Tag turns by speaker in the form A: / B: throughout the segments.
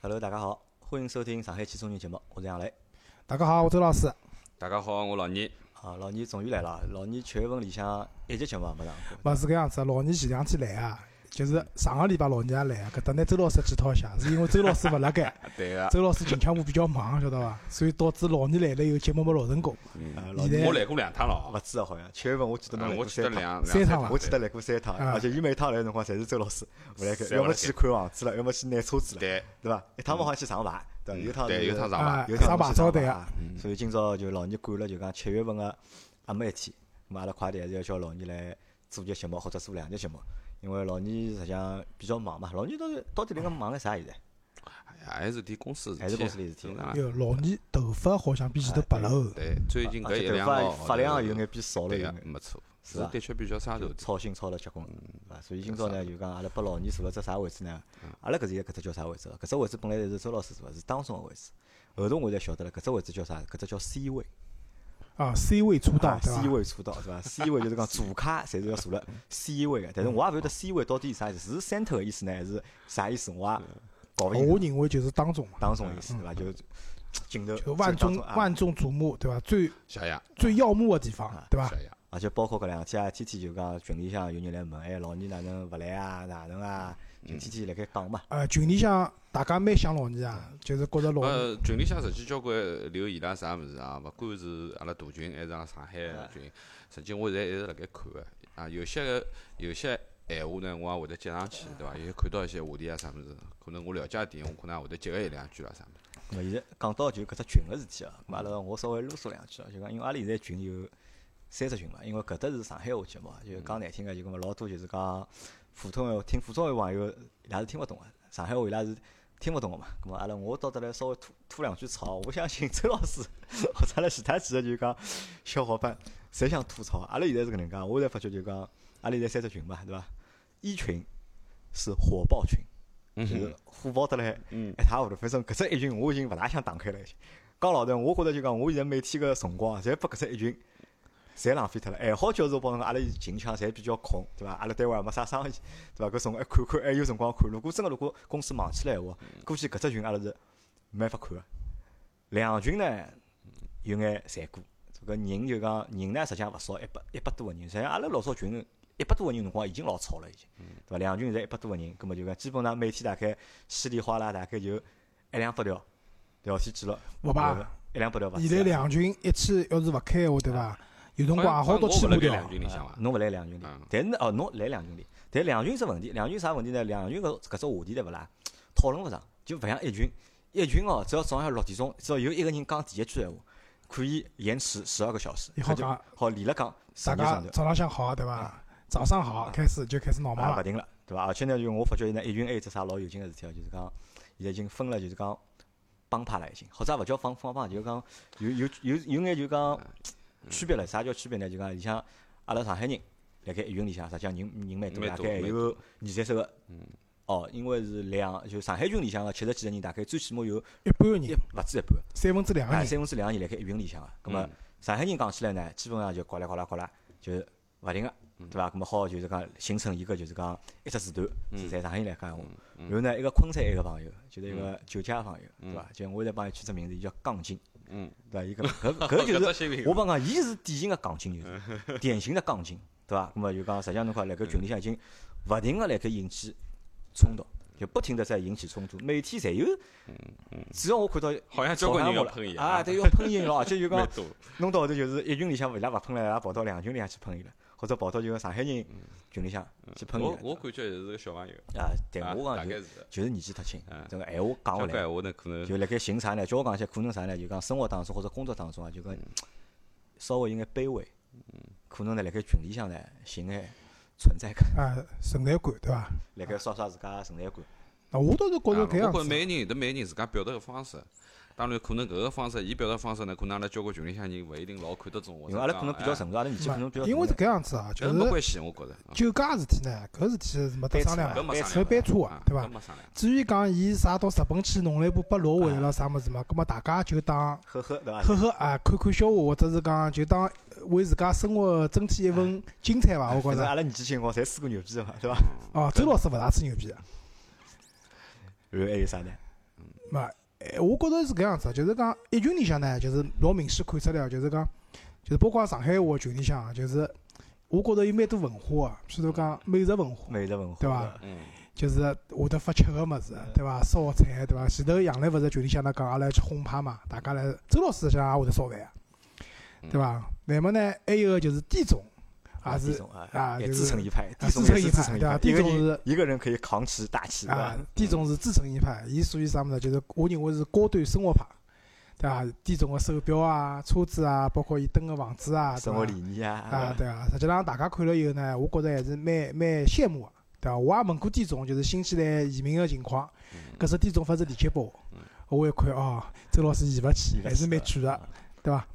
A: Hello，大家好，欢迎收听上海汽车人节目，我是杨磊。
B: 大家好，我周老师。
C: 大家好，我老倪。
A: 啊，老倪终于来了，老倪七月份里向一集节目也啊没上过。
B: 勿是搿样子啊，老倪前两天来啊，就是上个礼拜老倪也来啊，搿搭拿周老师检讨一下，是因为周老师勿辣 盖，
C: 对啊个，
B: 周老师近腔部比较忙，晓得伐？所以导致老倪来了以后节目没录成功。
A: 呃
C: 嗯，
A: 老
B: 现
A: 倪
B: 在
C: 我来过两趟了
A: 勿
C: 啊，
A: 止啊，好像七月份我记得侬来
C: 嗯我
A: 过
C: 记得
A: 三趟，
C: 两
B: 三趟
C: 了，
A: 我记得来过三趟，
B: 啊
A: 而且伊每一趟来的辰光侪是周老师勿来开，
C: 侪
A: 要
C: 勿
A: 么
C: 来
A: 去
C: 开
A: 看房子了，要么去拿车子了，
C: 对嗯
A: 对伐？一趟嘛好像去上牌，对伐？有一趟
C: 对，
A: 是
C: 有趟上嗯
B: 啊
C: 吧，
A: 有一趟
B: 上
A: 我
B: 牌
A: 去
B: 照
A: 上
B: 对
A: 牌
B: 啊
A: 啊，所以今朝就老倪赶了，就讲七月份个阿没一天，咾阿拉快点还是要叫老倪来做节节目或者做两节节目，因为老倪实际上比较忙嘛，老倪到底到底辣盖忙个啥现在？
C: 哎呀还是点公司事体，
A: 还是公司里事体
C: 正常啊
B: 哟，老倪头发好像比前头白了哦。
C: 对，最近搿一两
A: 而且
C: 个
A: 头
C: 号
A: 发
C: 头
A: 发量有眼变少了，
C: 对
A: 有
C: 个，
A: 眼
C: 没错，
A: 是
C: 是
A: 吧
C: 的确比较差头
A: 就
C: 点。
A: 操心操了结棍，啊，所以今朝呢就讲阿拉拨老倪坐了只啥位置呢？阿拉搿只搿只叫啥位置啊？搿只位置本来是周老师坐的，是当中个位置。后头我才晓得了，搿只位置叫啥？搿只叫 C 位，
B: 啊，C 位出道
A: 啊
B: 对伐
A: ，C？位车道是伐？C 位就是讲主咖，侪是要坐了 C 位个。但是我也勿晓得 C 位到底是啥意思，是 center 个意思呢，还是啥意思？我也搞勿
B: 啊我
A: 清。
B: 认为就是当众嘛，
A: 当中个意思对伐？就镜头
B: 就万
A: 当
B: 众
A: 中啊
B: 万众瞩目对伐？最
C: 小杨，
B: 最耀目的地方对
A: 啊
B: 伐
C: 小？杨，
A: 而且包括搿两天啊，天天就讲群里向有人来问，哎，老倪哪能勿来啊？哪能啊？就天天辣盖讲嘛。
B: 呃，群里向大家蛮想老倪啊，就是觉着老倪
C: 呃，群里向实际交关留言啦啥物事啊，勿管是阿拉大群还是阿拉上海
A: 啊
C: 的群，实际我现在一直辣盖看个啊，有些个有些闲话呢，我也会得接上去，对伐？有些看到一些话题啊啥物事，可能我了解点，我可能也会得接个一两句啦啥物事。
A: 咁现在讲到就搿只群个事体啊，咁阿拉我稍微啰嗦两句啊，就讲因为阿拉现在群有三只群嘛，因为搿搭是上海话节目啊，就讲难听个，就搿么老多就是讲普通闲话，听普通闲话朋友伊拉是听勿懂个，上海话伊拉是听勿懂个嘛。咁么阿拉我到搭来稍微吐吐两句槽，我相信周老师 或者阿拉其他几个就讲小伙伴侪想吐槽。阿拉现在是搿能介，我才发觉就讲阿拉现在三只群嘛，对伐？一群是火爆群。就是火爆得来哎一塌糊涂。反正搿只一群我已经勿大想打开了。已经讲老实闲话，我觉着就讲我现在每天个辰光，侪拨搿只一群，侪浪费脱了。还呃好叫是帮侬讲阿拉近腔侪比较空，对伐？阿拉单位也没啥生意，对伐？搿辰光一呃看看，还有辰光看。如果真个如果公司忙起来闲话，估计搿只群阿拉是没法看个。两群呢有眼残酷，搿人就讲人呢实际上勿少，一百一百多个人。实际上阿拉老早群一百多个人辰光已经老吵了，已经对伐？两群现在一百多个人，葛末就讲基本上每天大概稀里哗啦大概就一两百条聊天记录，
B: 勿吧
A: 对伐？一两百条伐？
B: 现在
C: 啊
B: 两群一起要是勿开哦闲话，对伐？有辰光也好多
C: 我
B: 起
C: 勿辣
B: 码
C: 盖
B: 掉
C: 两。群里向伐？
A: 哎侬勿来两群里
C: 嗯，
A: 但是呢哦，侬来两群里，但两群是问题，两群啥问题呢？两群搿搿只话题对勿啦？讨论勿上，就勿像一群，一群哦，只要早浪向六点钟，只要有一个人讲第一句闲话，可以延迟十二个小时，
B: 也好
A: 他就
B: 讲
A: 好连了讲十
B: 大
A: 二个
B: 家
A: 钟头。
B: 早浪向好，对伐？
C: 嗯
B: 早上好，开始就开始
A: 啊，
B: 闹忙
A: 勿
B: 了。
A: 定了，对伐？而且呢，就我发觉现在一群还有只啥老有劲个事体哦，就是讲现在已经分了，就是讲帮派了已经，或者也勿叫帮帮派，就是讲有有有有眼就讲
C: 嗯
A: 区别了。啥叫区别呢？就讲里向阿拉上海人辣盖一群里向，实际上人人蛮多，
C: 蛮
A: 大
C: 多嗯
A: 概
C: 蛮
A: 有二三十个。哦，因为是两就上海群里向个七十几个人，大概最起码有
B: 一半个
C: 嗯
A: 一
B: 人，
A: 勿止一半。
B: 三分之两个
A: 啊，
C: 哎
B: 人，
A: 三分之两个人辣盖一群里向个，葛末上海人讲起来呢，基本上就呱啦呱啦呱啦，就是勿停个，对伐？葛末好就是讲形成一个就是讲一只时段是在上海人来讲闲话，然后呢一个昆山一个朋友，就是一个酒家朋友，对伐？就我现在帮伊取只名字，伊叫杠精，
C: 嗯，
A: 对伐？伊搿搿搿就
C: 搿只新
A: 是
C: 名
A: 我帮讲，伊是典型个杠精，就是典型的杠精，对伐？葛末就讲实际上侬看辣盖群里向已经勿停个辣盖引起冲突。就不停的在引起冲突，每天侪有，只要我看到
C: 好像交啊关人
A: 吵
C: 要
A: 架
C: 喷伊
A: 了啊，
C: 啊
A: 对，要喷啊伊了，而且就讲
C: 蛮多。
A: 弄到后头就是一群里向伊拉勿喷了，伊拉跑到两群里向去喷伊了，或者跑到就是上海人
C: 嗯
A: 群里向去喷伊
C: 我
A: 了。
C: 我感觉也是个小朋友，
A: 啊，对
C: 嗯啊
A: 我
C: 大
A: 讲
C: 概
A: 就是
C: 的
A: 就是年纪太轻
C: 啊，
A: 这个闲话讲
C: 交
A: 勿
C: 关
A: 来，
C: 闲话呢可能
A: 就辣盖寻啥呢？叫我讲一些可能啥呢？就讲生活当中或者工作当中啊，就
C: 嗯
A: 讲稍微有眼卑微，可能呢辣盖群里向呢寻眼存在感，
B: 啊，存在感，对伐？
A: 辣盖刷刷自家的存在感。
B: 那我倒是觉
C: 啊
B: 着搿样
C: 我觉
B: 子，
C: 每个人有得每个人自家表达个方式。当然，可能搿个方式，伊表达方式呢，可能阿拉交关群里向人勿一定老看得中。或
A: 因
C: 者
A: 为阿拉
C: 讲
A: 可能比较
C: 哎
A: 成熟，阿拉年纪可能比较大
B: 嗯因为是搿样子啊，
C: 搿
B: 就是
C: 没
B: 是
C: 关系，我觉着。啊
B: 酒驾事体呢，搿事体是没得商量
C: 搿
B: 的，
C: 没商
B: 是
C: 量的，
B: 搬车个
C: 啊，
B: 对伐
C: 搿？没商量。
B: 至于讲伊啥到日本去弄了一部八六回来了啥物事嘛，葛末大家就当
A: 呵呵，对伐？
B: 呵呵啊，看看笑话，或者是讲就当为自家生活增添一
C: 嗯
B: 份精彩伐？我觉
A: 反正
B: 着。
A: 阿拉年纪轻光侪吹过牛逼的嘛，对伐？
B: 哦，周老师勿大吹牛逼啊，
A: 然后还有啥呢？
B: 嘛，哎我觉着是搿样子，就是讲一群里向呢，就是老明显看出来啊，就是讲，就是包括上海话群里向啊，就是我觉着有蛮多文化啊，譬如讲美食文化，
A: 美食文化，
B: 对伐？
C: 嗯，
B: 就是会得发吃个物事，对伐？烧菜，对伐？前头杨澜勿是群里向呢讲，阿拉去轰趴嘛，大家来，周老师实际上也会得烧饭啊，对伐？那么呢，还有个就是地总，也
A: 地
B: 是
A: 中
B: 啊
A: 也
B: 就
A: 自
B: 是
A: 成一派，
B: 啊
A: 地中
B: 自成
A: 也
B: 一
A: 是
B: 派
A: 自成一
B: 对啊
A: 派，
B: 地
A: 一个
B: 中
A: 人
B: 是
A: 一个人可以扛起大旗，对
B: 啊
A: 伐？，
B: 地总是自成一派，伊属于啥物事？就是我认为是高端生活派，对伐？地总个手表啊、车子啊，包括伊蹲个房子啊，对
A: 生活
B: 伐
A: 理念
B: 啊
A: 啊，，
B: 对啊，实际上大家看了以后呢，我觉着还是蛮蛮羡慕个，对伐？我也问过店总，就是新西兰移民个情况，搿次店总发是地铁拨我，我一看哦，周老师移勿起，还是蛮贵个，
A: 啊
B: 对伐？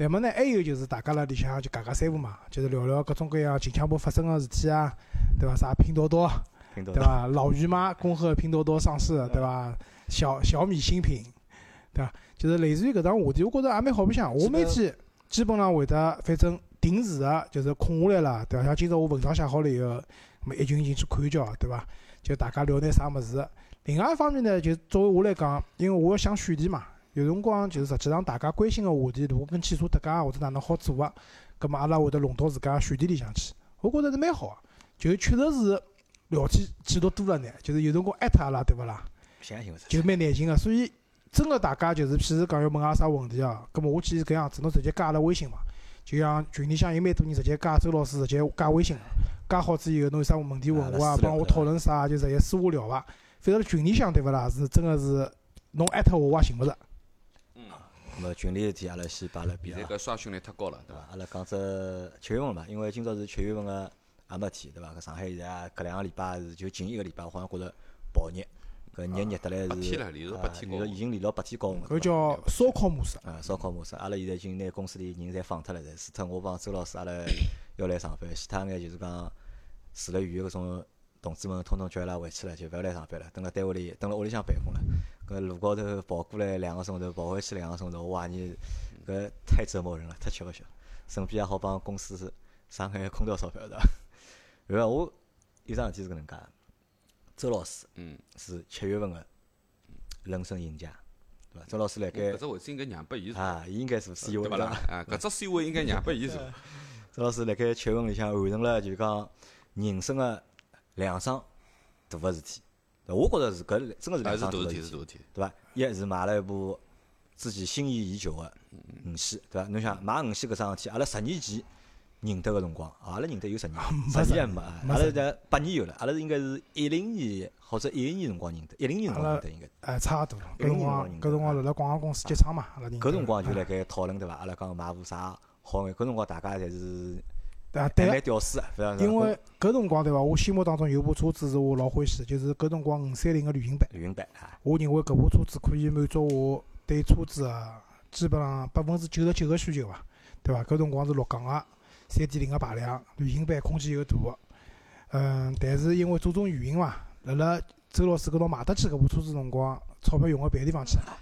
B: 那么呢，还有就是大家辣里向就讲讲三胡嘛，就是聊聊各种各样近腔部发生个事体啊，对伐？啥拼多多，
A: 听懂
B: 对？伐？老于妈恭贺拼多多上市，对伐？小小米新品，对伐？就是类似于搿种话题，我觉着也蛮好白相。我
A: 是的
B: 每天基本上会得，反正定时个就是空下来了，对伐？像今朝我文章写好了以后，那么一群一群去看一瞧，对伐？就大家聊点啥物事。另外一方面呢，就作为我来讲，因为我要想选题嘛，有辰光就是实际上大家关心个话题，如果跟汽车搭界或者哪能好做啊，葛末阿拉会得弄到自家选题里向去，我觉着是蛮好个、啊就确实是聊天记录多了呢，就是有辰光艾特阿拉对勿啦，
A: 相信勿着
B: 就蛮难寻个。所以真个大家就是，譬如讲要问阿拉啥问题哦，葛末我建议是搿样子，侬直接加阿拉微信嘛，就像群里向有蛮多人直接加周老师直接加微信个，加好之以后侬有啥问题问我
A: 啊
B: 啊
A: 私，聊
B: 帮我
A: 对伐
B: 讨论啥就直接私下聊伐。反正群里向对勿啦，是真个是侬艾特我我也寻勿着。
A: 那么群里事体阿拉先摆辣边
C: 现
A: 啊
C: 在。搿刷新率太高了，
A: 对
C: 对伐？
A: 伐？阿拉讲只七月份嘛，因为今朝是七月份个阿没天，对伐？搿上海现在啊搿两个礼拜是就近一个礼拜，我好像觉着爆热，搿热热得来是
C: 白啊天了连续
A: 啊
C: 白天
A: 连续
C: 高温
A: 已经连到白天高温了。
B: 搿叫烧烤模式，
A: 啊，烧烤模式，阿拉现在已经拿公司里人侪放脱了，侪除脱我帮周老师阿拉要来上班，其他眼就是讲住了远个搿种同志们，统统叫伊拉回去了，就勿要来上班了，蹲辣单位里，蹲辣屋里向办公了。搿路高头跑过来两个钟头，跑回去两个钟头，我怀疑搿太折磨人了，太吃勿消。顺便也好帮公司省眼空调钞票，对伐？然后我有桩事体是搿能介的，周老师
C: 嗯，
A: 是七月份个人生赢家，对伐？周老师辣
C: 我
A: 盖
C: 搿只位置应该让拨伊坐，
A: 啊，伊应该是 CEO
C: 对勿啦
A: 吧？？
C: 啊，搿只 C 位应该让拨伊坐，
A: 周老师辣盖七月份里向完成了就是讲人生个两桩大个事体，对我觉着是搿真个是
C: 啊，
A: 两
C: 是大
A: 桩
C: 事
A: 个
C: 体，
A: 事
C: 是
A: 体
C: 大，事体。
A: 对伐？一是买了一部自己心仪已久个五系，对伐？侬想买五系搿桩事体，阿拉十年前认得个辰光，啊阿拉认得有十年，十年还没啊，
B: 没
A: 阿拉
B: 十
A: 现在八年有了，阿拉是应该是一零年或者一一年辰光认得，一零年辰光认得应该。
B: 哎，差勿多了。搿辰光，搿辰光辣辣广告公司接厂嘛，阿拉人
A: 啊搿辰光就辣盖讨论对伐？阿拉讲买部啥好眼？搿辰光大家侪是
B: 啊，
A: 还
B: 对个
A: 蛮屌丝的，非常
B: 因为搿辰光对伐，我心目当中有部车子是我老欢喜，就是搿辰光五三零个旅行版。
A: 云版啊。
B: 我认为搿部车子可以满足我对车子啊，基本上百分之九十九个需求伐，对伐？搿辰光是六缸个三点零个排量，旅行版空间又大个。嗯，但是因为种种原因伐，辣辣周老师搿侬买得起搿部车子辰光，钞票用到别个地方去了，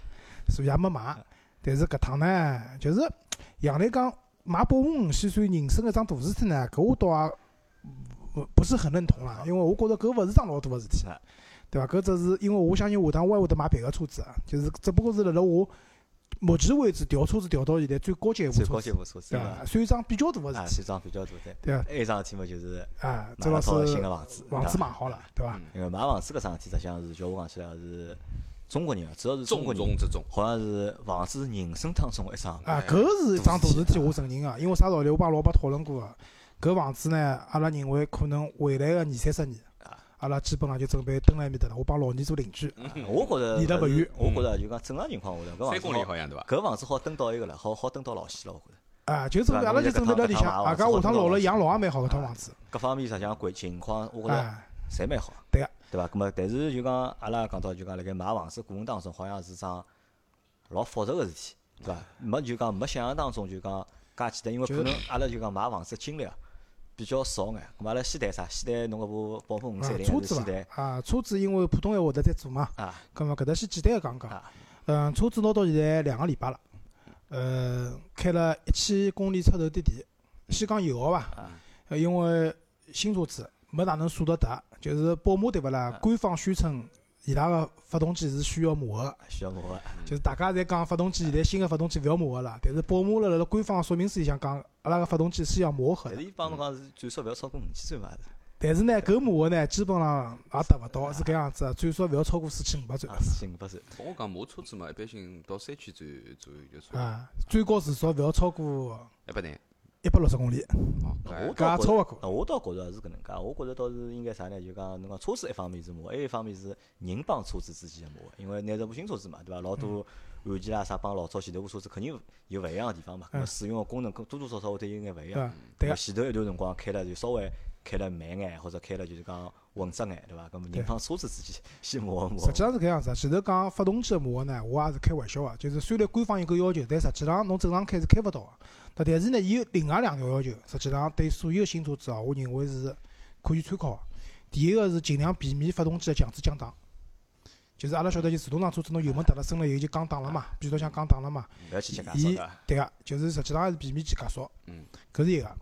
B: 所以也没买。但是搿趟呢，就是杨澜讲买宝马五系算人生一桩大事体呢，搿我倒也不不是很认同啦，因为我觉着搿勿是桩老大个事体
A: 啊，
B: 对伐？搿只是因为我相信下趟我还会得买别个车子啊，就是只不过是辣辣我目前为止调车子调到现在最高级一部
A: 最
B: 车
A: 高级
B: 子，
A: 部车子
B: 对啊伐？算一桩比较大个
A: 啊，
B: 事体，
A: 西装比较大的。
B: 对伐？
A: 还有一桩事体嘛，就是
B: 啊，
A: 买
B: 周
A: 了
B: 老
A: 套新
B: 师
A: 的房子，
B: 房子
A: 对伐
B: 买好了，对伐？
C: 嗯
A: 因为买房子搿桩事体，实际上是叫我讲起来是中国人啊，主要是中
C: 重
A: 国人
C: 中，之重，
A: 好像是房子是人生当中的一桩。
B: 啊，
C: 哎
B: 搿是一桩大
A: 大事
B: 事体，我承认个，因为啥道理？我帮老爸讨论过个，搿房子呢，阿拉认为可能未来个二三十年
A: 啊，
B: 阿拉基本上就准备蹲辣埃面搭了。我帮老二做邻居，
A: 啊我觉着
B: 离得勿远
A: 我觉着就讲正常情况下头，搿
C: 三公里
A: 房子
C: 好像对伐？
A: 好，搿房子好蹲到一个了，好好蹲到老西了，我觉着。
B: 啊，就准
A: 对
B: 备
A: 啊
B: 阿拉
A: 侬
B: 就
A: 就
B: 准备辣里向，
A: 搿趟
B: 啊，
A: 搿趟
B: 搿下趟老了
A: 买
B: 养老也蛮好搿套房子，
A: 各方面实际上环情况，我觉着
B: 啊，
A: 侪蛮好。
B: 对个
A: 对伐？咁么，但是就讲阿拉讲到就讲辣盖买房子过程当中，好像是桩老复杂个事体，对伐？没就讲没想象当中就讲介简单，因为
B: 就
A: 可能阿拉就讲买房子经历啊比较少眼。咁阿拉先谈啥？先谈侬搿部宝马五
B: 啊
A: 三零，
B: 车
A: 还是
B: 子
A: 先
B: 伐
A: 谈？
B: 啊，车子因为普通闲话得再做嘛，
A: 啊
B: 葛末搿搭先简单个讲讲，
A: 啊？
B: 嗯，车子拿到现在两个礼拜了，呃，开了一千公里出头点点。先讲油耗伐
A: 啊，
B: 呃因
A: 啊
B: 为新车子没哪能舍得得，就是宝马对勿啦？官方宣称伊拉个发动机是需要磨合，
A: 需要磨合，
B: 就是大家侪讲发动机现在新个发动机勿要磨合了，但是宝马辣辣辣官方说明书里向讲，阿拉个发动机是要磨合
A: 但
B: 的
A: 是。伊帮侬讲是最少勿要超过五千转嘛，
B: 但是呢，搿磨合呢，基本上也达勿到，是搿样子啊，最少勿要超过四千五百转
A: 啊，四千五百转，
C: 我讲摩车子嘛，一般性到三千左左右就算
B: 啊，最高时速勿要超过
C: 一百廿。
B: 一百六十公里，
C: 哦，
A: 我
B: 搿
A: 倒觉
B: 也超
A: 着
B: 勿过。
A: 那呃我倒觉着是搿能介，我觉着倒是应该啥呢？就讲侬讲车子一方面是磨，还有一方面是人帮车子之间的磨，因为拿着部新车子嘛，对伐？老
B: 嗯
A: 多按键啦啊啥帮老早前头部车子肯定有勿一样的地方嘛，搿么
B: 嗯
A: 使用的功能跟多多少少会得有眼勿一样。嗯
B: 啊，对
A: 我
B: 个，
A: 前头一段辰光开了就稍微开了慢眼，或者开了就是讲稳着眼，对伐？搿么人
B: 对
A: 帮车子之间先磨磨
B: 实。际上是搿样子啊。前头讲发动机个磨合呢，我也是开玩笑啊，就是虽然官方有个要求，但实际上侬正常开是开勿到个。那但是呢，伊有另外两条要求，实际上对所有新车子啊，我认为是可以参考个。第一个是尽量避免发动机个强制降档，就是阿拉晓得就自动挡车子侬油门踏了升了以后就降档了嘛，变速箱降档了嘛。
A: 勿要去吃介
B: 伊
A: 绍的，啊
B: 对个，就是实际上还是避免去加速。
C: 嗯，
B: 搿是一个。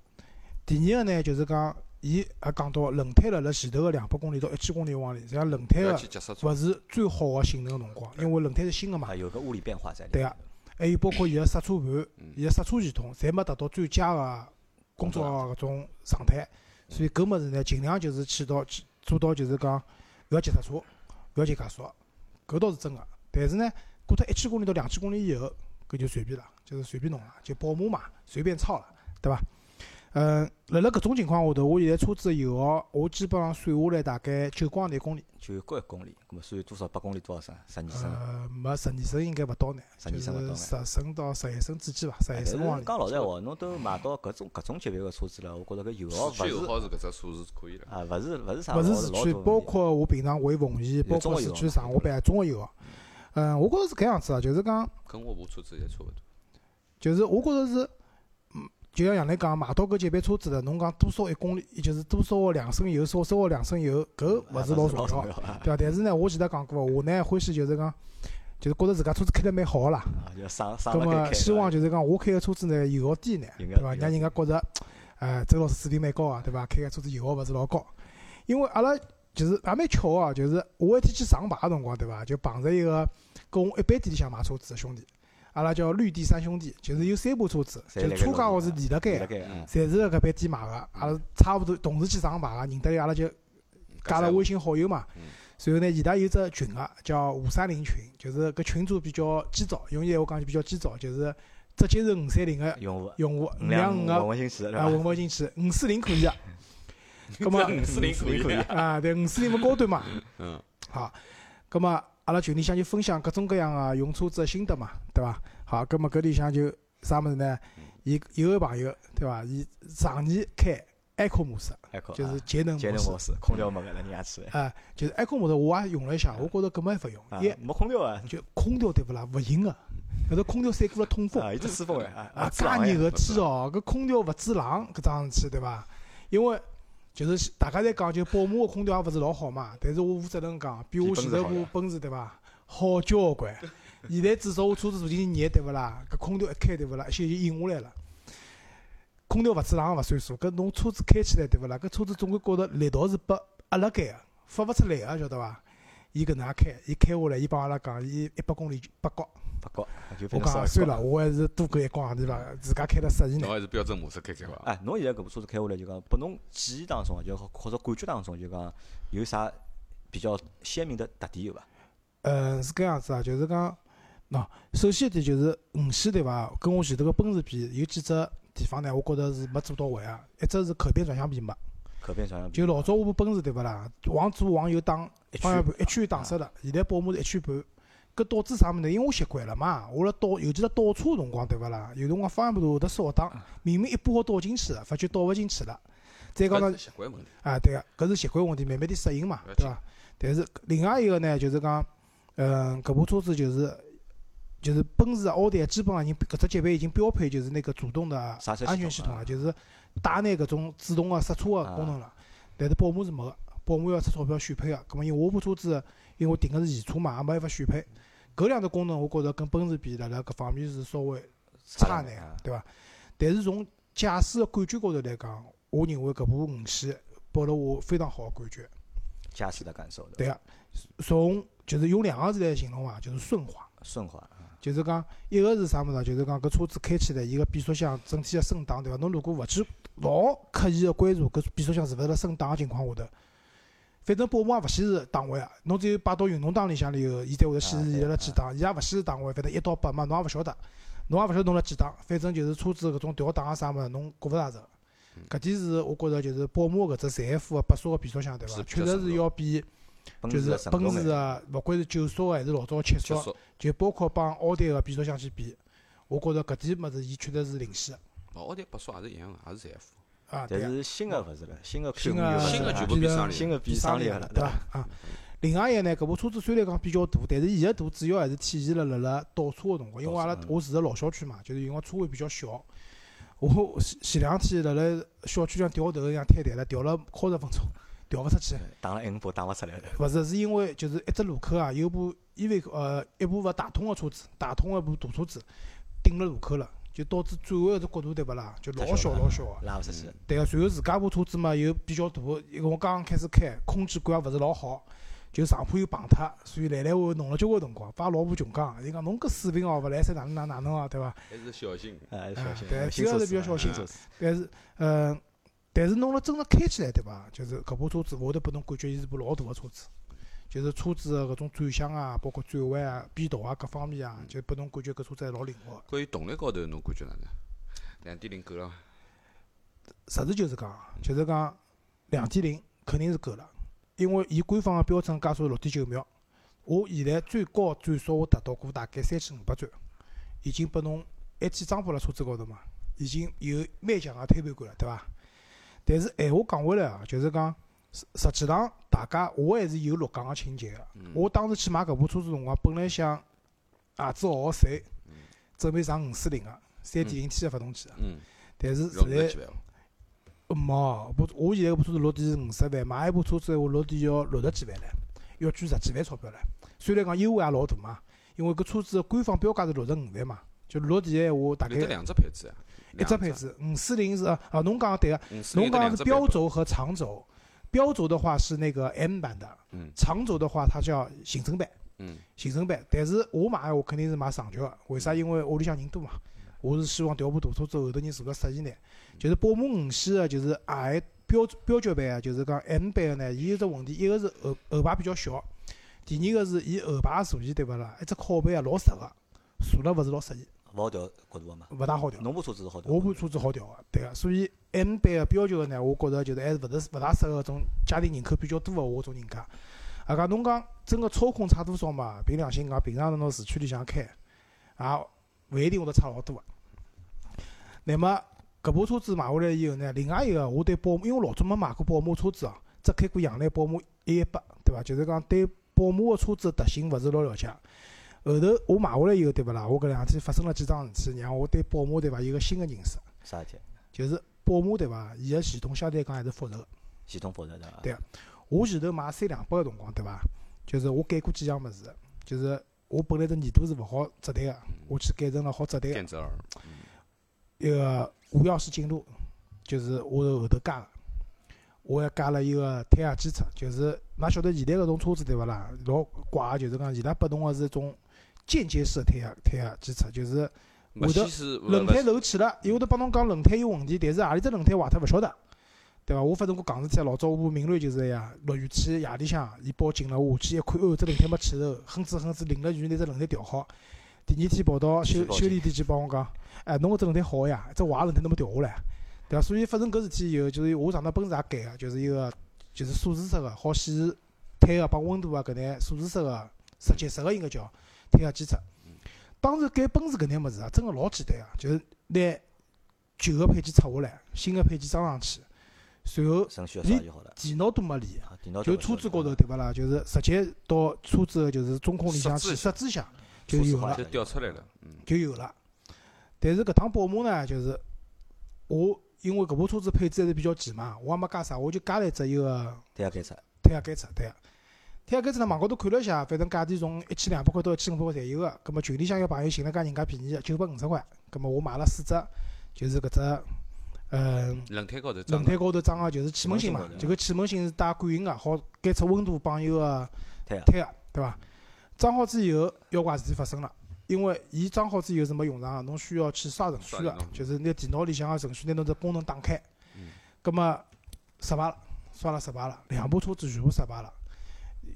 B: 第二个呢，就是讲，伊也讲到轮胎辣辣前头个两百公里到一千公里往里，实际上轮
C: 不
B: 胎
C: 哎要
B: 个
C: 去急刹车。
B: 勿是最好个性能个辰光，因为轮胎是新个嘛
A: 啊，，有个物理变化在里
B: 对
A: 面。
B: 啊还有包括伊个刹车盘
C: 嗯、
B: 伊个刹车系统，侪没达到最佳个工作嗯个搿种状态。所以搿物事呢，尽量就是起到去做到就是讲勿要急刹车，勿要去加速，搿倒是真个。但是呢，过脱一千公里到两千公里以后，搿就随便了，就是随便弄了，就宝马嘛，随便超了，对伐？嗯，辣辣搿种情况下头，我现在车子的油耗，我基本上算下来大概九光廿公里，
A: 就高一公里，搿么算多少？八公里多少升？十二升。
B: 呃，没十二升应该勿到呢，
A: 十
B: 就
A: 二升勿到
B: 是
A: 呢
B: 十升到十一升之间伐，十
A: 哎
B: 一
A: 但是
B: 升往里。
A: 讲老实话，侬都买到搿种搿种级别个车子了，我觉着搿油耗
C: 市
A: 勿
C: 区油
A: 是
C: 耗是搿只数是可以了。
A: 啊，勿是勿是啥，
B: 勿是
A: 老
B: 市
A: 老
B: 区，
A: 多
B: 包
A: 问题
B: 括我平常回奉贤，包
A: 中国
B: 括市
A: 油
B: 区
A: 嘛
B: 上下班中国游。嗯，我觉着是搿样子啊，就是讲，
C: 跟我部车子也差勿多。
B: 就是我觉着是，嗯，就像杨澜讲，买到搿级别车子的，侬讲多烧一公里，也就是多烧个两升油，少烧个两升油，搿
A: 啊
B: 勿是
A: 老
B: 老重要，
A: 要啊，
B: 对伐？但是呢，我前头讲过，我呢欢喜就是讲，就是觉着自家车子开得蛮好个啦。
A: 啊就省省
B: 葛
A: 了该
B: 么
A: 开
B: 希
A: 了
B: 望就是讲，我开个车子呢油耗低眼，
A: 应该
B: 对伐？
A: 应该
B: 让人家觉着，呃，周老师水平蛮高啊，对伐？开个车子油耗勿是老高，因为阿拉就是也蛮巧啊，就是我一天去上牌个辰光，对伐？就碰着一个跟我一班店里向买车子个兄弟，阿拉叫绿地三兄弟，就是有三部车子，
A: 侪辣
B: 就车
A: 盖
B: 价
A: 路
B: 高
A: 上
B: 是连辣盖啊
A: 辣
B: 个，
A: 盖
C: 嗯
B: 侪是辣搿班店买个，阿拉差勿多同时去上牌个，认得伊阿拉就加了微信好友嘛
C: 嗯。
B: 随后呢，伊拉有只群个、叫五三零群，就是搿群主比较鸡爪，用现在我讲就比较鸡爪，就是直接是五三零个
A: 啊用户
B: 用户，
A: 五
B: 五
A: 两
B: 两
A: 五
B: 五
A: 混
B: 个
A: 混进去对
B: 啊
A: 伐？
B: 混勿进去，五四零可以啊。葛末
C: 五四零可以。
B: 啊，对，五四零勿高端嘛。
C: 嗯，
B: 好，葛末阿拉群里向就分享各种各样个、用车子个心得嘛，对伐？好，葛末搿里向就啥物事呢？伊有个朋友对伐？伊常年开 Eco 模式，
A: 还可
B: 就是
A: 啊
B: 节能
A: 节
B: 模
A: 能
B: 式
A: 模。式，空调没搿能人家去的，
B: 啊，就是 Eco 模式我也用了一下，我觉着搿没法用，
A: 啊
B: 一
A: 没空调啊，
B: 就空调对勿啦，勿行个，搿只空调散过了通风
A: 啊，一直吹风哎，啊
B: 啊，
A: 啊，
B: 介
A: 热
B: 热个
C: 不制
B: 天哦，搿空调勿制冷搿桩事体对伐？因为就是大家侪讲，就宝马个空调也勿是老好嘛，但是我负责任讲，比
A: 比
B: 我
A: 奔驰
B: 前头
A: 好
B: 部
A: 呀
B: 奔驰对伐好交关。 现在至少我车子坐进去热对勿啦，搿空调一开对勿啦，一歇就引下来了。空调勿制冷也勿算数，搿侬车子开起来对勿啦？搿车子总归觉着力道是拨压辣盖个，发勿出来个，晓得伐？伊搿能介开，伊开下来，伊帮阿拉讲，伊一百公里就八角。
A: 不高，就
B: 我
A: 变成
B: 讲
A: 十
B: 算
A: 二
B: 了，
A: 高。
B: 我还是多搿一光行钿伐？自家开了适意眼。
C: 侬还是标准模式开开伐？
A: 哎，侬现在搿部车子开下来就讲，拨侬记忆当中啊，就好或者感觉当中就讲有啥比较鲜明的特点有伐？
B: 呃，是搿样子啊，就是讲，喏，首先一点就是五系对伐？跟我前头个奔驰比，有几只地方呢，我觉着是没做到位啊。一只是可变转向盘没，
A: 可变转向
B: 就老早我部奔驰对勿啦？往左往右打
A: 一啊
B: 方向
A: 圈
B: 盘一圈打死了，现在宝马是一圈半。搿导致啥物事呢？因为我习惯了嘛，我辣倒，尤其是倒车个辰光对勿啦？有辰光方向盘会得少打，
A: 啊
B: 明明一把好倒进去的，发觉倒勿进去了。再讲呢
C: 搿是，习惯问题。
B: 啊，对个，搿是习惯问题，慢慢地适应嘛
C: 勿要，
B: 对伐？但是另外一个呢，就是讲，嗯，搿部车子就是就是奔驰、奥迪，啊基本上已经搿只级别已经标配就是那个主动的
A: 刹车系
B: 安全系
A: 统
B: 统
A: 啊
B: 了，就是带那搿种自动的刹车的功能了。但是宝马是没个，宝马要出钞票选配个。葛末因为我部车子，因为我订个是现车嘛，也没办法选配。搿两只功能，我觉着跟奔驰比，辣辣搿方面是稍微差
A: 点
B: 眼
A: 啊，
B: 对伐？但是从驾驶个感觉高头来讲，我认为搿部五系拨了我非常好个感觉。
A: 驾驶的感受，对
B: 对
A: 吧？
B: 个，从就是用两个字来形容啊，就是顺滑。
A: 顺滑，嗯
B: 就是讲，一个是啥物事啊？就是讲搿车子开起来，伊个变速箱整体个升档，对伐？侬如果勿去老刻意个关注搿变速箱是勿是辣升档个情况下头，反正宝马勿显示档位啊。侬只有摆到运动档里向里头，伊才会得显示伊辣辣几
C: 啊
B: 档，伊也勿显示档位，反正一到八嘛，侬也勿晓得，侬也勿晓得侬辣几档，反正就是车子搿种调档啊啥物事，侬觉勿大着。
C: 嗯
B: 搿点是我觉着就是宝马搿只 ZF 个八速个变速箱，对伐
C: 是？比较
B: 确实
C: 省
B: 是
C: 油
B: 要比
A: 奔
B: 就
A: 驰
B: 是
A: 的
B: 奔驰啊
A: 驰
B: 个，勿管是九速个还是老早个七速
C: 结
B: 个。
C: 束。
B: 就包括帮奥迪个变速箱去比，我觉着搿点物事伊确实是领先
C: 奥迪八速也是一样的，也是 ZF。
B: 个啊，
A: 但
B: 对个，
A: 是新的勿是了，新的 Q
B: 新
A: 五有
B: 个
A: 了
C: 新的
A: 啊
C: 全部比上
A: 新
C: 里，
A: 的比
B: 三
A: 上
B: 个
A: 了，
B: 对
A: 伐？
B: 伐？啊，另外一个呢，搿部车子虽然讲比较大，但是伊个大主要还是体现了辣辣倒车个辰光，因为阿拉
A: 倒车嗯
B: 我住在老小区嘛，就是有辰光车位比较小。我前前两天辣辣小区里向掉头一样坍台了，掉了靠十分钟，掉勿出去。
A: 打了 N 波打勿出来的，
B: 勿是，是因为就是一只路口啊，有部依维柯呃一部勿大通个车子，大通个一部大车子顶了路口了，就导致转弯个只角度对勿啦，就老小老小个。
A: 拉勿出去，
B: 对啊个，随后自家部车子嘛又比较大，因为我刚刚开始开，空间感也勿是老好，就上坡又碰脱，所以来来回回弄了交关辰光。把老婆穷讲，伊讲侬搿水平哦，勿来三哪能哪能哪能啊，对伐？
C: 还是小心。
A: 哎，小心，
B: 嗯对
A: 新
B: 这个
A: 车
B: 是
A: 子
B: 比较
A: 嘛
B: 小
A: 新
C: 心
A: 车子，
B: 但是，呃，但是侬辣真正开起来，对伐？就是搿部车子，会得拨侬感觉伊是部老大个车子，就是车子个搿种转向啊，包括转弯啊、变道啊各方面啊，就拨侬感觉搿车子还老灵活。
C: 关于动力高头，侬感觉哪能？两点零够了伐？
B: 实事求是讲，就是讲两点零肯定是够了，因为伊官方个标准加速六点九秒，我现在最高转速我达到过大概三千五百转，已经拨侬一记装拨辣车子高头嘛，已经有蛮强个推背感了，对伐？但是闲话讲回来啊，就是讲实实际上大家我还是有落杠个情节个。我当时去买搿部车子辰光，本来想鞋子好好洗，准备上五四零个三点零 T 个发动机个，
C: 嗯，
B: 但是现
C: 要五十
B: 在
C: 几万伐。哦
B: 没，部我现在搿部车子落地是五十万，买一部车子我落地要六十几万唻，要捐十几万钞票唻。虽然讲优惠也老大嘛，因为搿车子的官方标价是六十五万嘛，就落地闲话大概
C: 有得两只配置啊，嗯
B: 一只配置五四零是啊，啊侬讲得对个，
C: 两只，
B: 侬讲
C: 讲
B: 的是标轴和长轴，标轴的话是那个 M 版的，
C: 嗯
B: 长轴的话它叫行程版，
C: 嗯，
B: 行程版。但是我买我肯定是买长轴的，为啥？因为屋里向人多嘛，
C: 嗯
B: 我是希望调部大车子后头人坐了适意眼。就是宝马五系的，就是也标标角版啊，就是讲 M 版的呢，伊有只问题，一个是后后排比较小，第二个是伊后排座椅对勿啦？一只靠背啊老实个，坐了勿是老适意，
A: 勿好调角度个嘛。
B: 勿大好调。
A: 侬部车子是好调
B: 我
A: 的，
B: 部车子好调个，啊对个，所以 M 版个要求个呢，我觉着就是还是勿是勿大适合搿种家庭人口比较多个我搿种人家。啊，讲侬讲真个操控差多少嘛？凭良心讲，平常侬市区里向开，也勿一定会得差老多个。啊那么搿部车子买回来以后呢，另外一个我对宝马，因为我老早没买过宝马车子啊，只开过杨澜宝马 A 一八，对伐？就是讲对宝马个车子的特性勿是老了解。后头我买回来以后，对勿啦？我搿两天发生了几桩事体，让我对宝马对伐有个新个认识。
A: 啥事体？
B: 就是宝马对伐？伊个系统相对来讲还是复杂个。
A: 系统保障对伐？
B: 对我前头买三两百个辰光对伐？就是我改过几样物事，就是我本来只耳朵是勿好折叠个，我去改成了好折叠个。
C: 电子耳，
B: 一个无钥匙进入，就是我是后头加个，我还加了一个胎压监测，就是㑚晓得现在搿种车子对勿啦？老怪个，就是讲伊拉拨侬个是一种间接式的胎压胎压监测，就是
C: 没
B: 会得
C: 西是
B: 轮胎漏气了，伊会得帮侬讲轮胎有问题，但是何里只轮胎坏脱勿晓得，对伐？我发生过戆事体，老早我部明锐就是这样，落雨天夜里向，伊报警了，我下去一看，哦，只轮胎没气头，哼哧哼哧淋了雨，拿只轮胎调好。第二天跑到修
A: 去报警
B: 修理店去帮我讲，哎，侬搿只轮胎好呀，只坏轮胎侬没调下来，啊对伐？所以发生搿事体以后，就是我上趟奔驰也改个，就是一个就是数字式个，好显示胎个帮温度啊搿眼数字式个实际式个应该叫胎压监测。当时改奔驰搿眼物事啊，真个老简单啊，就是拿旧个配件拆下来，新个配件装上去，随后
A: 程序要啥就好了。
B: 电脑都没理，
A: 啊，电脑
B: 就
A: 调
B: 车
A: 勿
B: 子
A: 调
B: 高头
A: 了
B: 对勿啦？就是直接到车子的就是中控里向去设
C: 设
B: 置一下，就有
A: 说实话
B: 了
C: 就掉出来了，嗯，
B: 就有了。但是搿趟宝马呢，就是我因为搿部车子配置还是比较齐嘛，我也没加啥，我就加了一只一个
A: 对啊，该啥？
B: 胎压监测，对啊个。胎压监测呢，网高头看了一下，反正价钿从一千两百块到一千五百块侪有个。葛末群里向有朋友寻了家人家便宜个，九百五十块。葛末我买了四只，就是搿只嗯，
C: 轮胎高头装
B: 轮
C: 的
B: 胎高头装个就是气门芯嘛
A: 气门芯高头，
B: 就搿气门芯是带感应个，好监测温度帮伊个
A: 对啊，
B: 胎个，对伐？装好之后，妖怪事体发生了，因为伊装好之后是没用场个，啊侬需要去刷程序
C: 刷
B: 个
C: 程，序
B: 就是拿电脑里向个程序拿侬只功能打开
C: 嗯，
B: 葛末失败了，刷了失败了，两部车子全部失败了。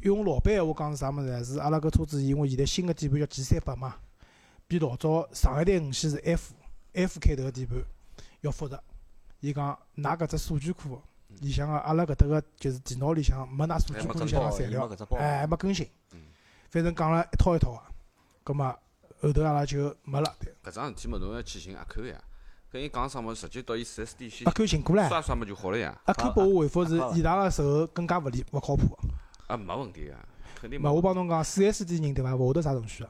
B: 用老板闲话讲是啥物事呢？是阿拉搿车子因为现在新个底盘叫 G 三百嘛，比老早上一代五系是 F F 开头个底盘要复杂。伊讲，㑚搿只数据库里向个阿拉搿搭个就是电脑里向没㑚数
C: 还
B: 据
C: 没
B: 库
C: 搿
B: 里
C: 只
B: 向个
A: 包
B: 材料
A: 还没搿只，包
B: 哎，还没更新
C: 嗯。
B: 反正讲了一套一套个，葛末后头阿拉就没了。对
C: 搿桩事体嘛，侬要去寻阿 Q 呀，跟伊讲啥么，直接到伊 4S 店去
B: 阿 Q 寻过来，
C: 刷刷么就好了呀，
B: 阿 Q 拨我回复是
A: 阿阿
B: 伊拉个售后更加勿理勿靠谱。
C: 啊，没问题啊，肯定
B: 嘛，我帮侬讲，四 S 店人对伐？勿会得啥程序啊。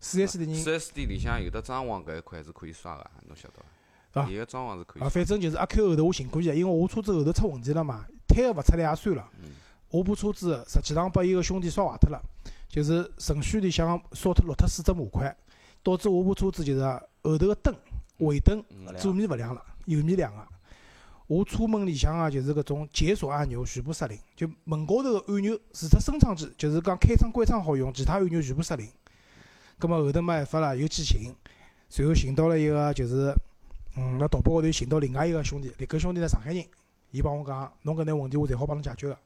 B: 四 S 店人
C: 4S 店里向有的装潢搿一块是可以刷个，侬晓得伐？
B: 啊
C: 伊个装潢是可以
B: 啊，
C: 刷，
B: 反正就是阿 Q 后头我寻过去，因为我车子后头出问题了嘛，胎个勿出来也算了。
C: 嗯
B: 我部车子实际上拨伊个兄弟烧坏脱了，就是程序里向烧脱落脱四只模块，导致我部车子就是后头个灯、尾灯
A: 勿
B: 左
A: 亮，
B: 面勿亮了，右面亮个。我车门里向啊，就是搿种解锁按钮全部失灵，就门高头个按钮，除脱升窗机，就是讲开窗、关窗好用，其他按钮全部失灵。葛末后头没办法了，又去寻，随后寻到了一个就是，嗯，辣淘宝高头寻到另外一个兄弟，搿兄弟呢上海人，伊帮我讲，侬搿眼问题我侪好帮侬解决个。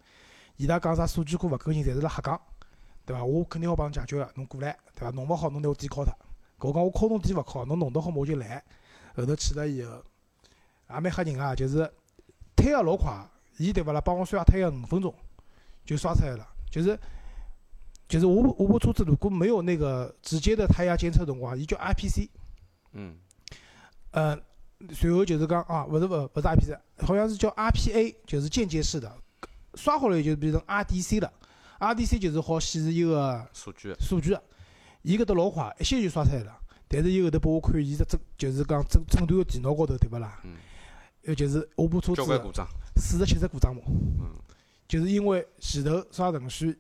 B: 伊拉讲啥数据库勿更新，侪是辣瞎讲，对伐？我肯定好帮侬解决个，侬过来，对伐？弄勿好侬拿我店敲脱。搿我讲我敲侬店勿敲，侬弄得好我就来。后头去了以后，也蛮吓人啊，就是推个老快，伊对勿啦？帮我刷推个五分钟就刷出来了，就是。就是我部我部车子如果没有那个直接的胎压监测辰光，伊叫 IPC，
C: 嗯，
B: 呃，随后就是讲啊，勿是勿勿是 IPC，好像是叫 RPA，就是间接式的，刷好了就变成 RDC 了，RDC 就是好显示一个
C: 数据
B: 数据的，伊搿搭老快，一歇就刷出来了。但是伊后头拨我看，伊只诊就是讲诊诊断个电脑高头对勿啦？
C: 嗯
B: 呃，就是我部车
C: 交关
B: 子
C: 故障，
B: 四十七只故障码，
C: 嗯，
B: 就是因为前头刷程序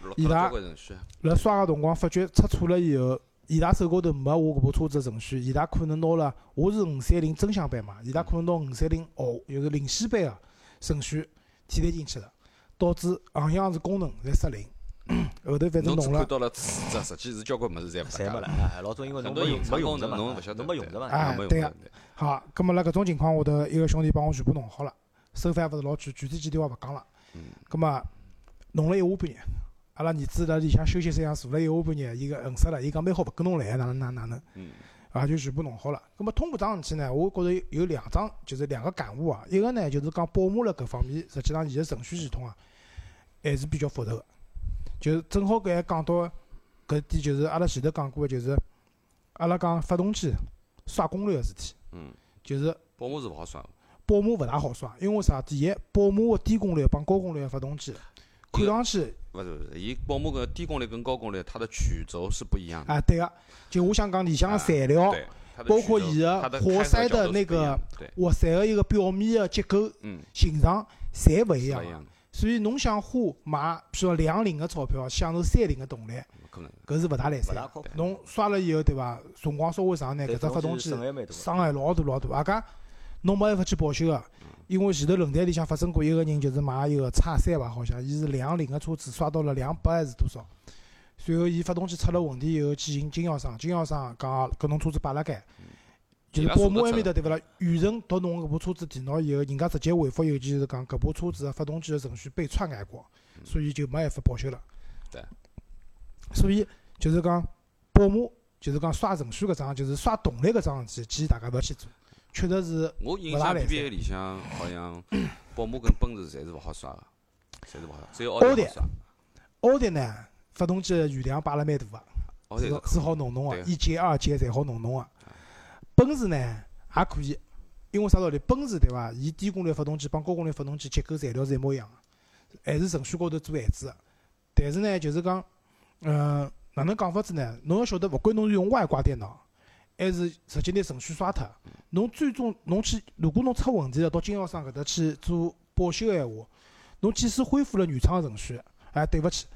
C: 落
B: 伊
C: 脱
B: 拉
C: 交关程序，啊
B: 辣刷个辰光发觉出错了以后，伊拉手高头没我搿部车子程序，伊拉可能拿了我是五三零增享版嘛，伊拉可能拿五三零哦，就是领先版个程序替代进去了，导致行样是功能侪失灵。 后头反正
C: 侬只
B: 弄
C: 看
B: 了，
C: 到了四只，实际是交关物事侪
A: 侪
C: 搭
A: 没
C: 界
A: 了，，哎老早因为
C: 很
A: 侬
C: 多
A: 没用
C: 隐
A: 没
C: 藏
A: 用
C: 功
A: 着
C: 能
A: 嘛，
C: 侬
A: 侬
C: 勿晓得，啊
A: 没用着嘛，
B: 哎
C: 没用
B: 啊对个
C: 着对
B: 好，葛末辣搿种情况下头，一个兄弟帮我全部弄好了，收费也勿是老贵，具体几钿我也勿讲了。
C: 嗯
B: 葛末弄了一下半日，阿拉儿子辣里向休息室里向坐了一下半日，伊个横死了，伊讲蛮好勿跟侬来，哪能哪能哪能。
C: 嗯
B: 啊，就全部弄好了。咁么通过桩事体呢，我觉着有有两桩，就是两个感悟啊。一个呢，就是讲宝马辣搿方面，实际上伊个程序系统啊，还是比较复杂个。就是正好搿还讲到搿点，就是阿拉前头讲过个，就是阿拉讲发动机刷功率个事体，
C: 嗯，
B: 就是
C: 宝马是勿好刷的，
B: 宝马勿大好刷，因为啥？第一，宝马个低功率帮高功率个发动机，看上去
C: 勿是勿是，伊宝马搿低功率跟高功率它的曲轴是不一样的，
B: 啊，对个、就我想讲里向个材料。
C: 对，它的
B: 哦包
C: 曲
B: 括
C: 轴
B: 伊的
C: 它的
B: 活
C: 开
B: 塞
C: 合角
B: 的那
C: 度是不一
B: 个
C: 样的对，
B: 活塞个一个表面个结构、
C: 嗯，
B: 形状，侪勿一
C: 是
B: 样
C: 勿一
B: 个。
C: 样的，
B: 所以侬想花买，譬如两零个钞票，享受三零个动力，
C: 勿可能。
B: 搿是勿大来
A: 勿
B: 三
A: 大
B: 个。
A: 靠谱。
B: 侬刷了以后，对伐？辰光稍微长呢，
A: 对
B: 搿只发动机
A: 损害蛮大的，
B: 伤害老大老大。啊，噶侬没办法去保修个，因为前头论坛里向发生过一个人，就是买一个叉三吧，好像伊是两零个车子刷到了两百还是多少？随后伊发动机出了问题以后，去寻经销商，经销商讲啊搿侬车子摆辣盖，就是宝马埃面搭对勿啦？远程读侬搿部车子电脑以后，人家直接回复邮件是讲搿部车子个发动机个程序被篡改过，所以就没办法保修了。
C: 对，
B: 所以就是讲宝马就是讲刷程序搿桩，就是刷动力搿桩事体，建议大家勿要去做，确实是
C: 我印
B: 勿大
C: 象
B: 来
C: BBA
B: 塞
C: 里向好像宝马跟奔驰侪是勿好刷个，侪是勿好刷，只有奥
B: 奥
C: 迪
B: 迪
C: 好刷。
B: 奥迪呢，发动机的余量摆了蛮大啊
C: 奥
B: 个，
C: 迪
B: 是
C: 是
B: 是好弄弄个，
C: 哦对啊
B: 一阶、二阶侪好弄弄个。奔驰呢也可以，因为啥道理？奔驰对伐？伊低功率发动机帮高功率发动机结构材料是一模一样个，还是程序高头做限制个。但是呢，就是讲，嗯，哪能讲法子呢？侬要晓得，勿管侬是用外挂电脑，还是直接拿程序刷脱，侬最终侬去，如果侬出问题了，到经销商搿搭去做保修个闲话，侬即使恢复了原厂个程序，哎，对勿起，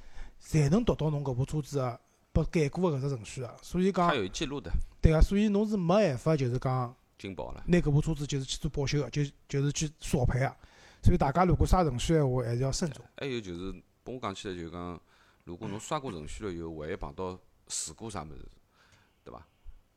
B: 侪能读到侬搿部车子个拨改过个搿只程序个。所以讲啊
C: 它，有记录的，
B: 对个，所以侬是没办法，就是讲
C: 进保了。
B: 拿搿部车子就是去做保修个，就就是去索赔个。所以大家如果刷程序闲话，还是要慎重。
C: 还有就是，拨我讲起来就是讲，如果侬刷过程序了以后，万一碰到事故啥物事，对伐？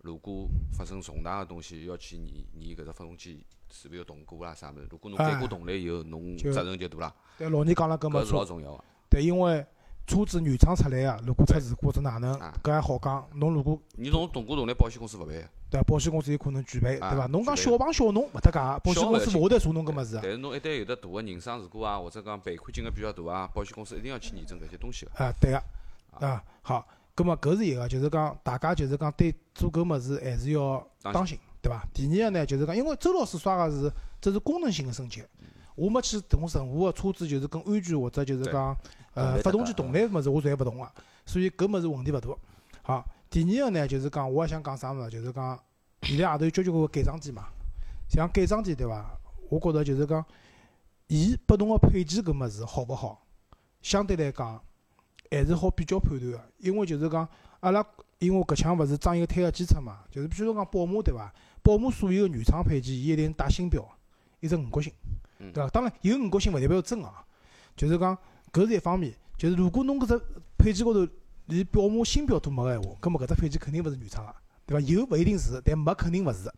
C: 如果发生重大个东西，要去验验搿只发动机是勿是有动过啦啥物事。如果侬
B: 哎
C: 对过动力以后，侬
B: 就
C: 责任就大啦，
B: 但老倪讲了搿没
C: 啊搿是老
B: 错，
C: 重要个。
B: 对，因为车子原厂出来个，如果出事故或者哪能，
C: 啊
B: 搿还好讲。侬如果
C: 你侬动过动力，保险公司勿赔，
B: 对保险公司有可能拒赔，
C: 啊
B: 对伐？侬讲
C: 拒赔
B: 小碰小侬勿搭界，保险公司勿会得查侬搿物事啊
C: 但
B: 个。
C: 是侬一旦有得大个人身事故啊，或者讲赔款金额比较大啊，保险公司一定要去验证搿些东西个。
B: 啊，对个，啊，好，葛末搿是一个，就是讲大家就是讲对做搿物事还是要
C: 当心
B: 当心，对伐？第二个呢，就是讲，因为周老师刷个是这是功能性个升级，
C: 嗯
B: 我没去动任何个车子，就是跟安全或者就是
C: 对
B: 讲
A: 动
B: 呃
A: 力搭
B: 发动
A: 界
B: 机动
A: 嗯
B: 力物事，我侪勿动个，所以搿物事问题勿大。好，第二个呢，就是讲我也想讲啥物事，就是讲现在外头有交交关关改装店嘛，像改装店对伐？我觉着就是讲，伊拨侬个配件搿物事好勿好，相对来讲还是好比较判断个，因为就是讲阿拉因为搿腔勿是装一个胎压监测嘛，就是比如讲宝马对伐？宝马所有个原厂配件，伊一定带新标，一只五角星，
C: 嗯
B: 对伐？当然有五角星勿代表真个啊，就是讲搿是一方面，就是如果侬搿只配件高头连宝马新标都没个闲话，葛末搿只配件肯定勿是原厂个，对伐？有勿一定是，但没肯定勿是。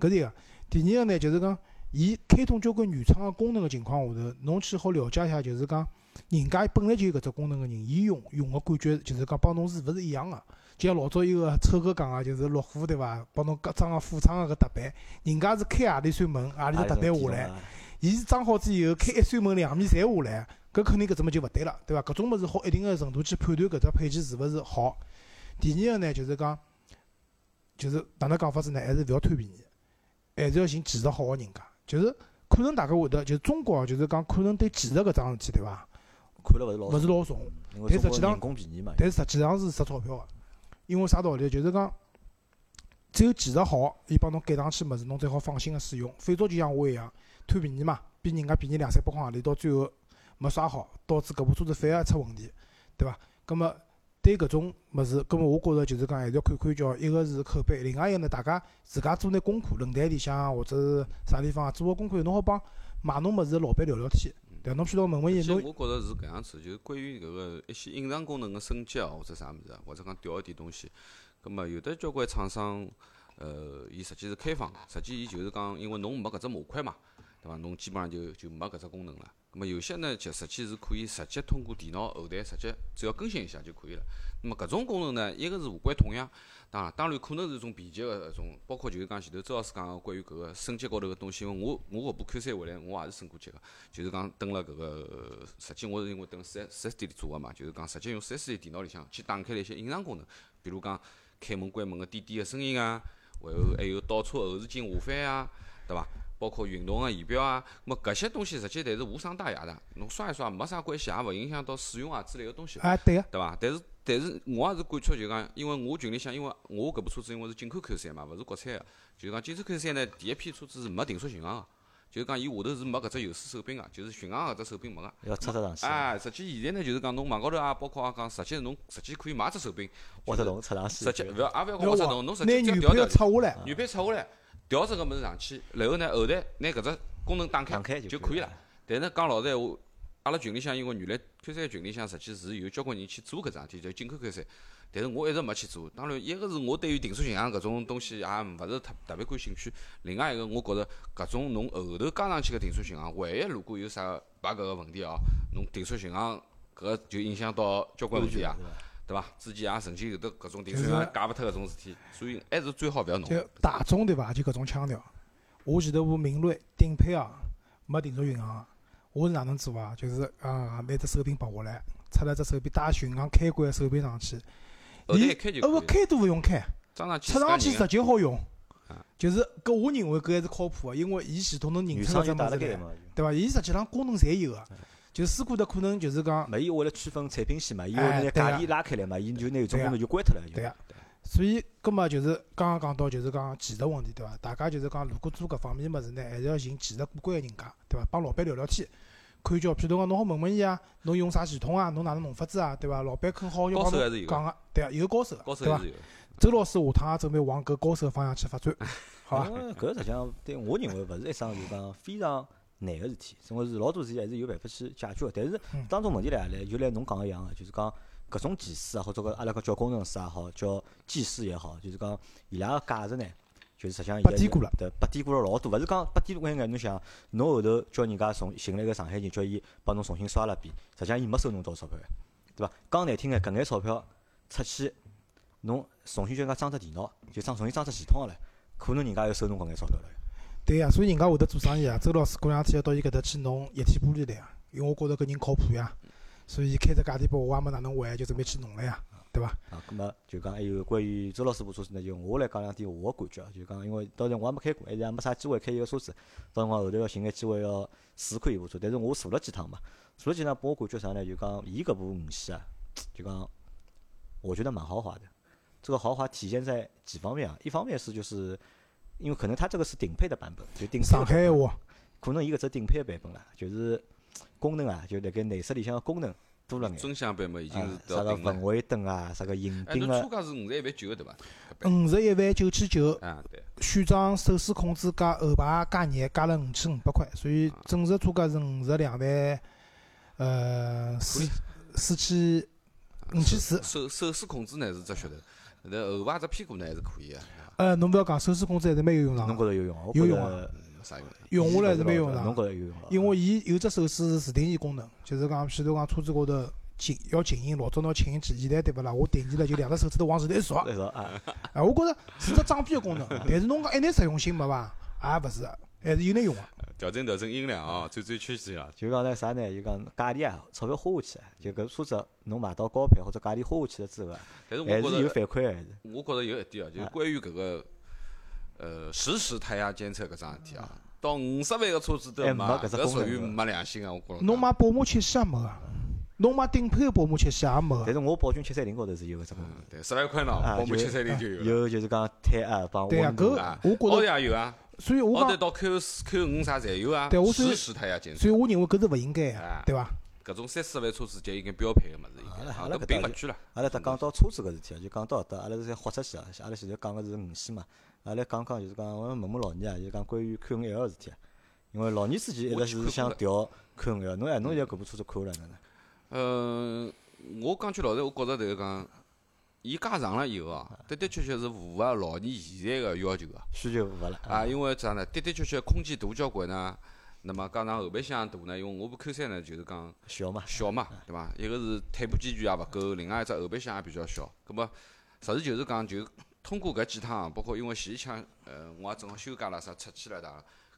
B: 搿是一个。第二个呢，就是讲伊开通交关原厂个功能个情况下头，侬去好了解一下，就是讲人家本来就有搿只功能个人，伊用用个感觉就是讲帮侬是勿是一样个、就像老早有个丑哥讲个，就是路虎对伐？帮侬装个副厂个搿踏板，人家是开何里扇门，何里只踏板下来。
A: 哎
B: 伊是装好之以后，开一扇门两面侪下来，搿肯定搿只么就勿对了，对伐？搿种物事好一定个程度去判断搿只配件是勿是好。第二个呢，就是讲，就是哪能讲法子呢？还是勿要贪便宜，还是要寻技术好个人家。就是可能大家会得，就是中国啊就是讲可能对技术搿桩事体，对伐？
A: 啊看了勿是老
B: 勿是老重，
A: 因为
B: 但
A: 中
B: 实
A: 国
B: 际上
A: 人工便宜嘛，
B: 但是实际上是值钞票个。啊因为啥道理？就是讲，只有技术好，伊帮侬改上去物事，侬才好放心个使用。否则就像我一样，贪便宜嘛，比人家便宜两三百块行钿，到最后没刷好，导致搿部车子反而出问题，对伐？葛末对搿种物事，葛末我觉着就是讲还是要看看叫，一个是口碑，另外一个呢，大家自家做眼功课，论坛里向啊或者是啥地方啊，做个功课，侬好帮卖侬物事个老板聊聊天，对伐？侬去到问问伊，
C: 其实
B: 侬
C: 我觉着是搿样子，就是关于搿个一些隐藏功能个升级啊，或者啥物事啊，或者讲调一点东西。葛末有的交关厂商，呃，伊实际是开放，实际伊就是讲，因为侬没搿只模块嘛，对伐？侬基本上就就没搿只功能了。葛末有些呢，就实际是可以直接通过电脑后台直接只要更新一下就可以了。那么搿种功能呢，一个是无关痛痒，当然当然可能是一种便捷个搿种，包括就是讲前头周老师讲个关于搿个升级高头个东西，因为我我搿部 Q 三回来，我也是升过级个。就是讲登了搿个，呃实际我是因为登四 S 四 S 店里做个嘛，就是讲实际用四 S 店电脑里向去打开了一些隐藏功能，比如讲开门关门个滴滴个声音啊，还有还有倒车后视镜下翻啊，对伐？包括运动个仪表啊，咾么搿些东西实际侪是无伤大雅的，侬刷一刷没啥关系，也勿影响到使用啊之类个东西。
B: 啊，对个、
C: 对伐？但是但是我也是感触，就讲，因为我群里向，因为我搿部车子因为是进口 Q 三嘛，勿是国产个，就是讲进口 Q 三呢，第一批车子是没定速巡航个，就是讲伊下头是没搿只有丝手柄个，啊就是巡航搿只手柄没个。
A: 要插插上去，
C: 哎，实际现在呢，就是讲侬网高头啊，包括啊讲，实际侬实际可以买只手柄，
A: 挖只洞插上去
C: 实际
A: 就，
C: 勿要也啊勿要
B: 要
C: 讲只
B: 往
C: 侬，侬实
B: 拿
C: 际只
B: 原
C: 要调
B: 配
C: 调
B: 要
C: 就，
B: 拆下来，
C: 原配拆下来，调整搿物事上去，然后呢后台拿搿只功能打开
A: 打开
C: 就
A: 可
C: 可以了。。但是讲老实闲话，阿拉群里向因为原来 Q 三群里向实际是有交关人去做搿桩事体，就进口 Q 三。但是我一直没去做。当然，一个是我对于定速巡航搿种东西也勿是特特别感兴趣，另外一个我觉着搿种侬后头加上去个定速巡航，万一如果有啥 bug 个问题哦，侬定速巡航搿就影响到交关问题啊，对伐？之前也曾经有得搿种定速巡
B: 就
C: 航
B: 是
C: 解勿脱搿种事体，所以还是最好勿要弄。
B: 就大众对伐？就搿种腔调。我前头部明锐顶配啊，没定速巡航啊，我是哪能做啊？就是啊，拿只手柄拔下来，插了只手柄带巡航开关的手柄上去，
C: 后头
B: 你
C: 一开就
B: 呃，勿
C: 可以了，
B: 开都勿用开，
C: 装上去
B: 插上去
C: 自家
B: 直
C: 人
B: 接好用
C: 啊。
B: 就是搿，我认为搿还是靠谱个，因为伊系统能认
A: 女
B: 出搿
A: 生
B: 只
A: 就打了
B: 物事
A: 盖
B: 来，
A: 嘛，嗯
B: 对伐？伊实际上功能侪有个，就试过的可能就是讲
A: 没伊为了区分产品线嘛，伊为
B: 哎
A: 了拿
B: 对
A: 价
B: 啊
A: 钿拉开来嘛，伊就拿有种
B: 对啊
A: 功能就关脱了，就
B: 对。呀、所以，葛么就是刚刚讲到，就是讲技术问题，对伐？大家就是讲，如果做搿方面物事呢，还是要寻技术过关个人家，对伐？帮老板聊聊天，看交片，侬讲侬好问问伊啊，侬用啥系统啊，侬哪能弄法子啊，对伐？老板肯好要
C: 高
B: 帮
C: 手还
B: 侬
C: 是有的，
B: 讲个，对啊，有高手的，
C: 高手
B: 对
C: 还
B: 伐？
C: 是有的。
B: 周老师下趟也准备往搿高手方向去发展，好啊伐？
A: 因为搿实际上对我认为勿是一桩就是讲非常难个事体，总归是老多事体还是有办法去解决个。但是
B: 嗯
A: 当中问题来来，就来侬讲个一样个，就是讲搿种技师啊，或者讲阿拉讲叫工程师也好，叫技师也好，就是讲伊拉个价值呢，就是实际上现在
B: 被低估了
A: 对，被低估了老多。勿是讲被低估眼眼，侬想侬后头叫人家重寻了一个上海人，叫伊帮侬重新刷了一遍，实际上伊没收侬多少钞票个，对伐？讲难听眼，搿眼钞票出去，侬重新叫人家装只电脑，就装重新装只系统个唻。可能人家要收侬搿眼钞票了。
B: 对呀、所以人家会得做生意啊。周老师过两天要到伊搿搭去弄液体玻璃来啊，因为我觉着搿人靠谱呀，所以伊开只价钿拨我，也没哪能回，就准备去弄了呀，对伐？
A: 啊，葛么就讲还有关于周老师部车子呢，就我来讲两点我个感觉啊，就讲因为到现在我还没开过，还是哎也没啥机会开伊个车子，到辰光后头要寻个机会要试看伊部车，但是我坐了几趟嘛，坐了几趟拨我感觉啥呢？就讲伊搿部五系啊，就讲我觉得蛮豪华的。这个豪华体现在几方面啊？一方面是就是因为可能它这个是顶配的版本，就
C: 嗯
A: 顶配的
B: 上
A: 版
B: 海
A: 本
B: 话，
A: 可能伊搿只顶配的版本啦，就是功能啊，就辣盖内饰里向个功能多了眼。
C: 尊享版嘛，已经
A: 啊
C: 是
A: 啥个
C: 到顶
A: 氛
C: 了。
A: 围灯啊，啥个迎
C: 哎，
A: 宾
C: 侬
A: 啊
C: 车，价是五十一万九个对伐？
B: 五十一万九千九，
C: 啊，对，
B: 选装手势控制加后排加热加了五千五百块，所以
A: 啊
B: 正式车价是五十两万，呃四四千
A: 啊
B: 五千四。
C: 手手势控制呢是只噱头，那后排只屁股呢还是可以个，啊
B: 呃，侬勿要讲手势控制还是蛮有用场
A: 侬觉
B: 的，
A: 着有用啊？我
B: 有
A: 觉
B: 用啊
A: 着
C: 没啥用的。
B: 用下来是蛮有用
A: 侬
B: 场
A: 觉
B: 的。
A: 着有用啊？
B: 因为伊有只手势是自定义功能，就是讲，譬如讲车子高头静要静音，老早拿静音器，现在对勿啦？我定义了就两只手指头往前头一扫，
A: 对个啊，
B: 啊，我觉着是只装逼个功能，但是侬讲一眼实用性没伐？也勿是，还是有眼用个。啊
C: 调整调整音量啊，转转曲线啊，
A: 就讲那啥呢？就讲价钿啊，钞票花下去啊，就搿车子侬买到高配或者价钿花下去了之后啊，
C: 但是我
A: 还
C: 觉
A: 是有
C: 着，
A: 反馈的还是
C: 我觉着有一点啊，就是关于搿个，呃，实时胎压监测搿桩事体啊，到五十万个车子都
A: 哎
C: 买，
A: 没搿只
C: 搿
A: 功
C: 属
A: 能
C: 于
A: 是吧
C: 没良心啊！我觉着。
B: 侬买宝马七系也没个，侬买顶配个宝啊马七系也没
A: 但
B: 个。
A: 是我宝骏七三零高头是有搿只功能
C: 嗯，对，十来块呢，
A: 啊
C: 宝
A: 就
C: 马七三零就有了。
A: 有就是讲胎压帮
B: 对啊
A: 温度
B: 搿
C: 啊，
B: 我觉得
C: 奥迪也有啊，
B: 所以我
C: 奥迪
B: 讲，
C: 到 Q 四、Q 五啥侪有啊，
B: 对我是
C: 实时胎压监测
B: 所以。我认为搿是勿应该个
C: 啊，
B: 对伐？
C: 搿种三四万车子就已经标配个物事，已
A: 阿
C: 经
A: 拉
C: 啊
A: 阿拉
C: 搿
A: 搿
C: 并
A: 搭
C: 勿
A: 就
C: 贵了。
A: 阿拉搭讲到车子搿事体啊，就讲到搿搭，阿拉是先豁出去啊。阿拉现在讲个是五系嘛，阿拉讲讲就是讲，我问问老倪啊，就是讲关于 Q 五 L 个事体啊。因为老倪之前一
C: 我
A: 直
C: 去
A: 是
C: 看
A: 想
C: 过了
A: 调 Q 五 L，侬哎，侬现在搿部车子看下来哪能？
C: 嗯，我讲句老实，我觉着迭个讲，伊加长了以后啊，的的确确是符合老年现在个要求个
A: 需求勿了
C: 啊，因为啥呢？的的确确空间大交关呢，那么加上后备箱大呢，因为我部 Q 三呢就是讲
A: 小嘛，
C: 小嘛，对伐？一个是腿部间距也勿够，另外一只后备箱也比较小。葛么，实事求是讲，就通过搿几趟，包括因为前一枪，呃，我也正好休假啦啥，出去了哒，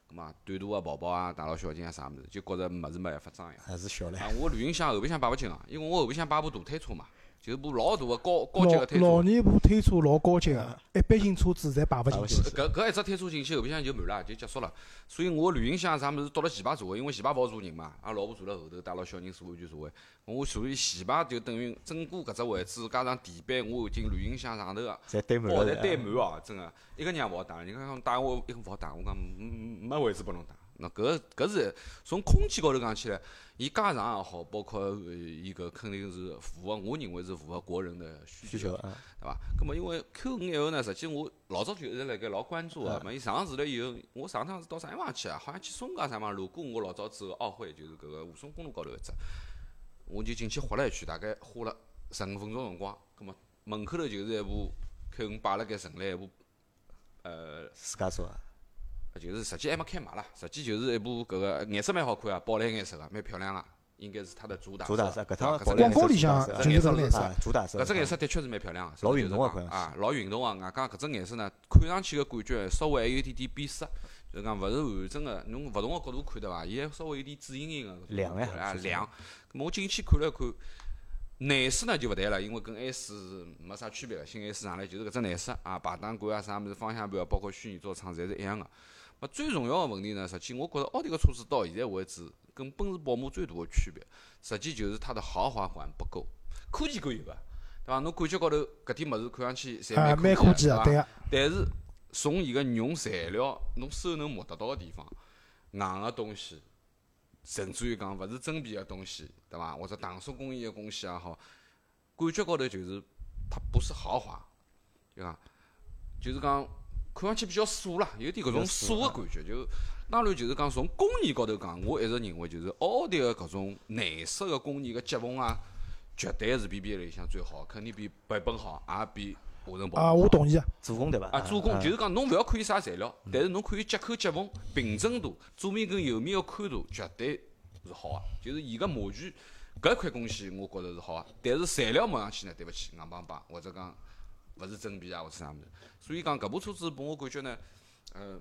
C: 葛么短途啊、跑跑啊、大老小径啊啥物事，就觉着物事没办法装呀。
A: 还是小唻。
C: 啊，我旅行箱后备箱摆勿进啊，因为我后备箱摆部大推车嘛，就是部老大个高高级个推
B: 老
C: 车。
B: 老年部推车老高级个，一般性车子侪嗯摆勿进去。
C: 呃搿搿一只推车进去，后备箱就满了，就结束了。所以我旅行箱啥物事到了前排座位，因为前排勿好坐人嘛，啊阿拉老婆坐辣后头，带牢小人坐安全座位。我属于前排就等于整个搿只位置加上地板，我已经旅行箱上头个
A: 侪堆满
C: 包
A: 了
C: 侪
A: 是
C: 堆
A: 吧
C: 满哦，真个一个人也勿好打。人家讲打我一个勿好打，我讲嗯没位置拨侬打。那搿搿是从空间高头讲起来，伊加长也好，包括呃伊搿肯定是符合，我认为是符合国人的需
A: 需
C: 求
A: 求。啊，
C: 对伐？咁么因为 Q 五以后呢，实际我老早就一直辣盖老关注
A: 嗯
C: 个、嘛，伊上市了以后，我上趟是到啥地方去啊？好像去松江啥地方路过我老早走个奥会，就是搿个武松公路高头一只，我就进去滑了一圈，大概花了十五分钟辰光。咁么门口头就是一部 Q 五摆辣盖城里一部，呃，
A: 自家做啊，
C: 就是实际还没开卖啦，实际就是一部搿个颜色蛮好看啊，宝蓝颜色个，蛮漂亮个，应该是它的主打
A: 主打
C: 色
A: 色，
C: 对
A: 搿
C: 伐
A: 趟
C: 啊搿
A: 保
C: 只
A: 利
B: 广告里向
A: 是
B: 就是搿颜色
A: 啊，主打色，
C: 搿只颜色的确是蛮漂亮个，
A: 老运动
C: 啊
A: 啊，看上去
C: 啊，老运动啊！外加搿只颜色呢，看上去个感觉稍微还有一点点变色，就是讲勿是完整个，侬勿同个角度看对伐？伊还稍微有点紫莹莹个
A: 亮呀
C: 啊
A: 是
C: 亮。咾我进去看了看，内饰呢就勿谈了，因为跟 S 是没啥区别个，新 S 上来就是搿只内饰啊，排档杆啊啥物事，方向盘啊，包括虚拟座舱侪是一样个。那最重要个问题呢，实际我觉着奥迪个车子到现在为止，跟奔驰、宝马最大个区别，实际就是它的豪华感不够，科技感有个，对伐？侬感觉高头搿点物事看上去侪
B: 啊，蛮
C: 蛮
B: 科
C: 科
B: 技
C: 个，
B: 个，对
C: 伐？
B: 个。
C: 但是从伊个用材料，侬手能摸得到个地方，硬个东西，甚至于讲勿是真皮个东西，对伐？或者糖塑工艺个东西也好，感觉高头就是它不是豪华，就讲就是讲看上去比较素啦，有点搿种
A: 比较素啊
C: 素个感觉。就当然就是讲从工艺高头讲，我一直认为就是奥迪个搿种内饰个工艺个接缝啊，绝对是比 BBA 里向最好，肯定比版本好，也比华晨宝马
B: 啊，
C: 好
B: 我同意啊，
A: 做工对伐？
C: 啊，做工就是讲侬勿要看伊啥材料，
A: 嗯
C: 但是侬看伊接口接缝、平整度、左面跟右面个宽度，绝对是好个。就是伊个模具搿块东西，我觉着是好个。但是材料摸上去呢，对勿起，硬邦邦，或者讲勿是真皮啊，或者啥物事。所以讲搿部车子拨我感觉呢，呃，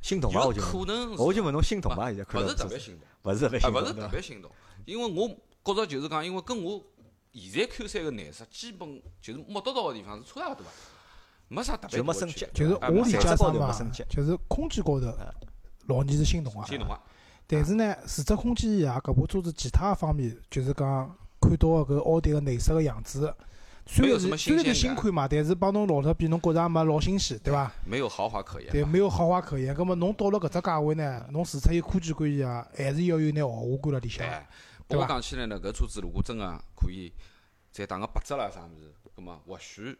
A: 心
C: 有
A: 动伐？我就问，
C: 可能
A: 我
C: 是
A: 就问侬心动伐？现在看
C: 勿
A: 到
C: 是特别
A: 心，
C: 心动。
A: 勿是特别
C: 啊，
A: 心
C: 勿
A: 动
C: 是
A: 对
C: 特
A: 伐，
C: 别心动，因为我觉着就是讲，因为跟我现在 Q 三个颜色基本就是摸得到个地方是差勿多个，没啥特别
A: 就没
C: 大的
A: 升
C: 区
A: 级
C: 别
B: 就是
C: 啊
B: 我
C: 没
B: 理解
C: 啥
A: 材质
B: 啥
A: 高头
B: 嘛
A: 没升级，
B: 就是空间高头，老年是心动啊。
C: 心动啊！
B: 但是呢，除脱空间以外，搿部车子其他方面，就是讲看到个搿奥迪个内饰个样子，虽
C: 没有
B: 然
C: 什
B: 是
C: 么
B: 虽
C: 新鲜
B: 然是
C: 感
B: 新款嘛，但是帮侬老了比侬觉着也没老新鲜，对伐？
C: 没有豪华可言
B: 对，
C: 吧。
B: 没有豪华可言。葛末侬到了搿只价位呢，侬除脱有科技感以外，还是要有眼豪华感辣里向。
A: 啊
B: 对
C: 对，不
B: 吧
C: 过讲起来呢，搿车子如果真个可以再打个八折啦啥物事，葛末或许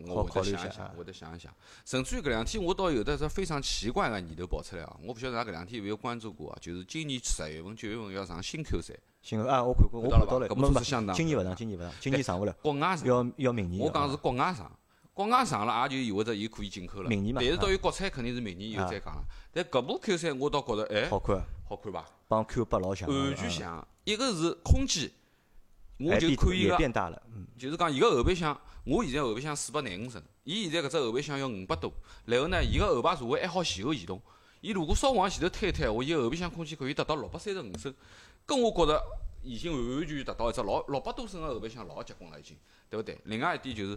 C: 我
A: 好考
C: 会
A: 虑一
C: 得想一
A: 下啊
C: 想，会得想一想。甚至于搿两天我倒有得只非常奇怪个念头跑出来啊！我勿晓得㑚搿两天有没有关注过啊？就是今年十月份、九月份要上新 Q 三，
A: 新个啊，我看过，我
C: 看到
A: 看
C: 了
A: 到了，
C: 吧？搿
A: 没
C: 部车
A: 没
C: 子，相当啊
A: 今年勿上，今年勿上，今年上勿了，
C: 国外上，
A: 要要明年了。
C: 我讲是国外上。国外上了，也就意味着伊可以进口了。
A: 明年嘛
C: 但是
A: 啊
C: 到伊国产肯定是明年以后再讲了。但搿部 Q 三我倒觉着，哎，
A: 好看，
C: 好看伐？
A: 帮 Q 八老像，
C: 完
A: 嗯
C: 全像。一个是空间，我
A: 哎
C: 就
A: 变
C: 看伊
A: 也
C: 个
A: 变大了，嗯，
C: 就是讲伊个后备箱，我现在后备箱四百廿五升，伊现在搿只后备箱要五百多，然后呢，伊个后排座位还好前后移动，伊如果稍往前头推一推，我伊个后备箱空间可以达到六百三十五升，跟我觉着已经完完全全达到一只老六百多升个后备箱老结棍了已经，对勿对？另外一点就是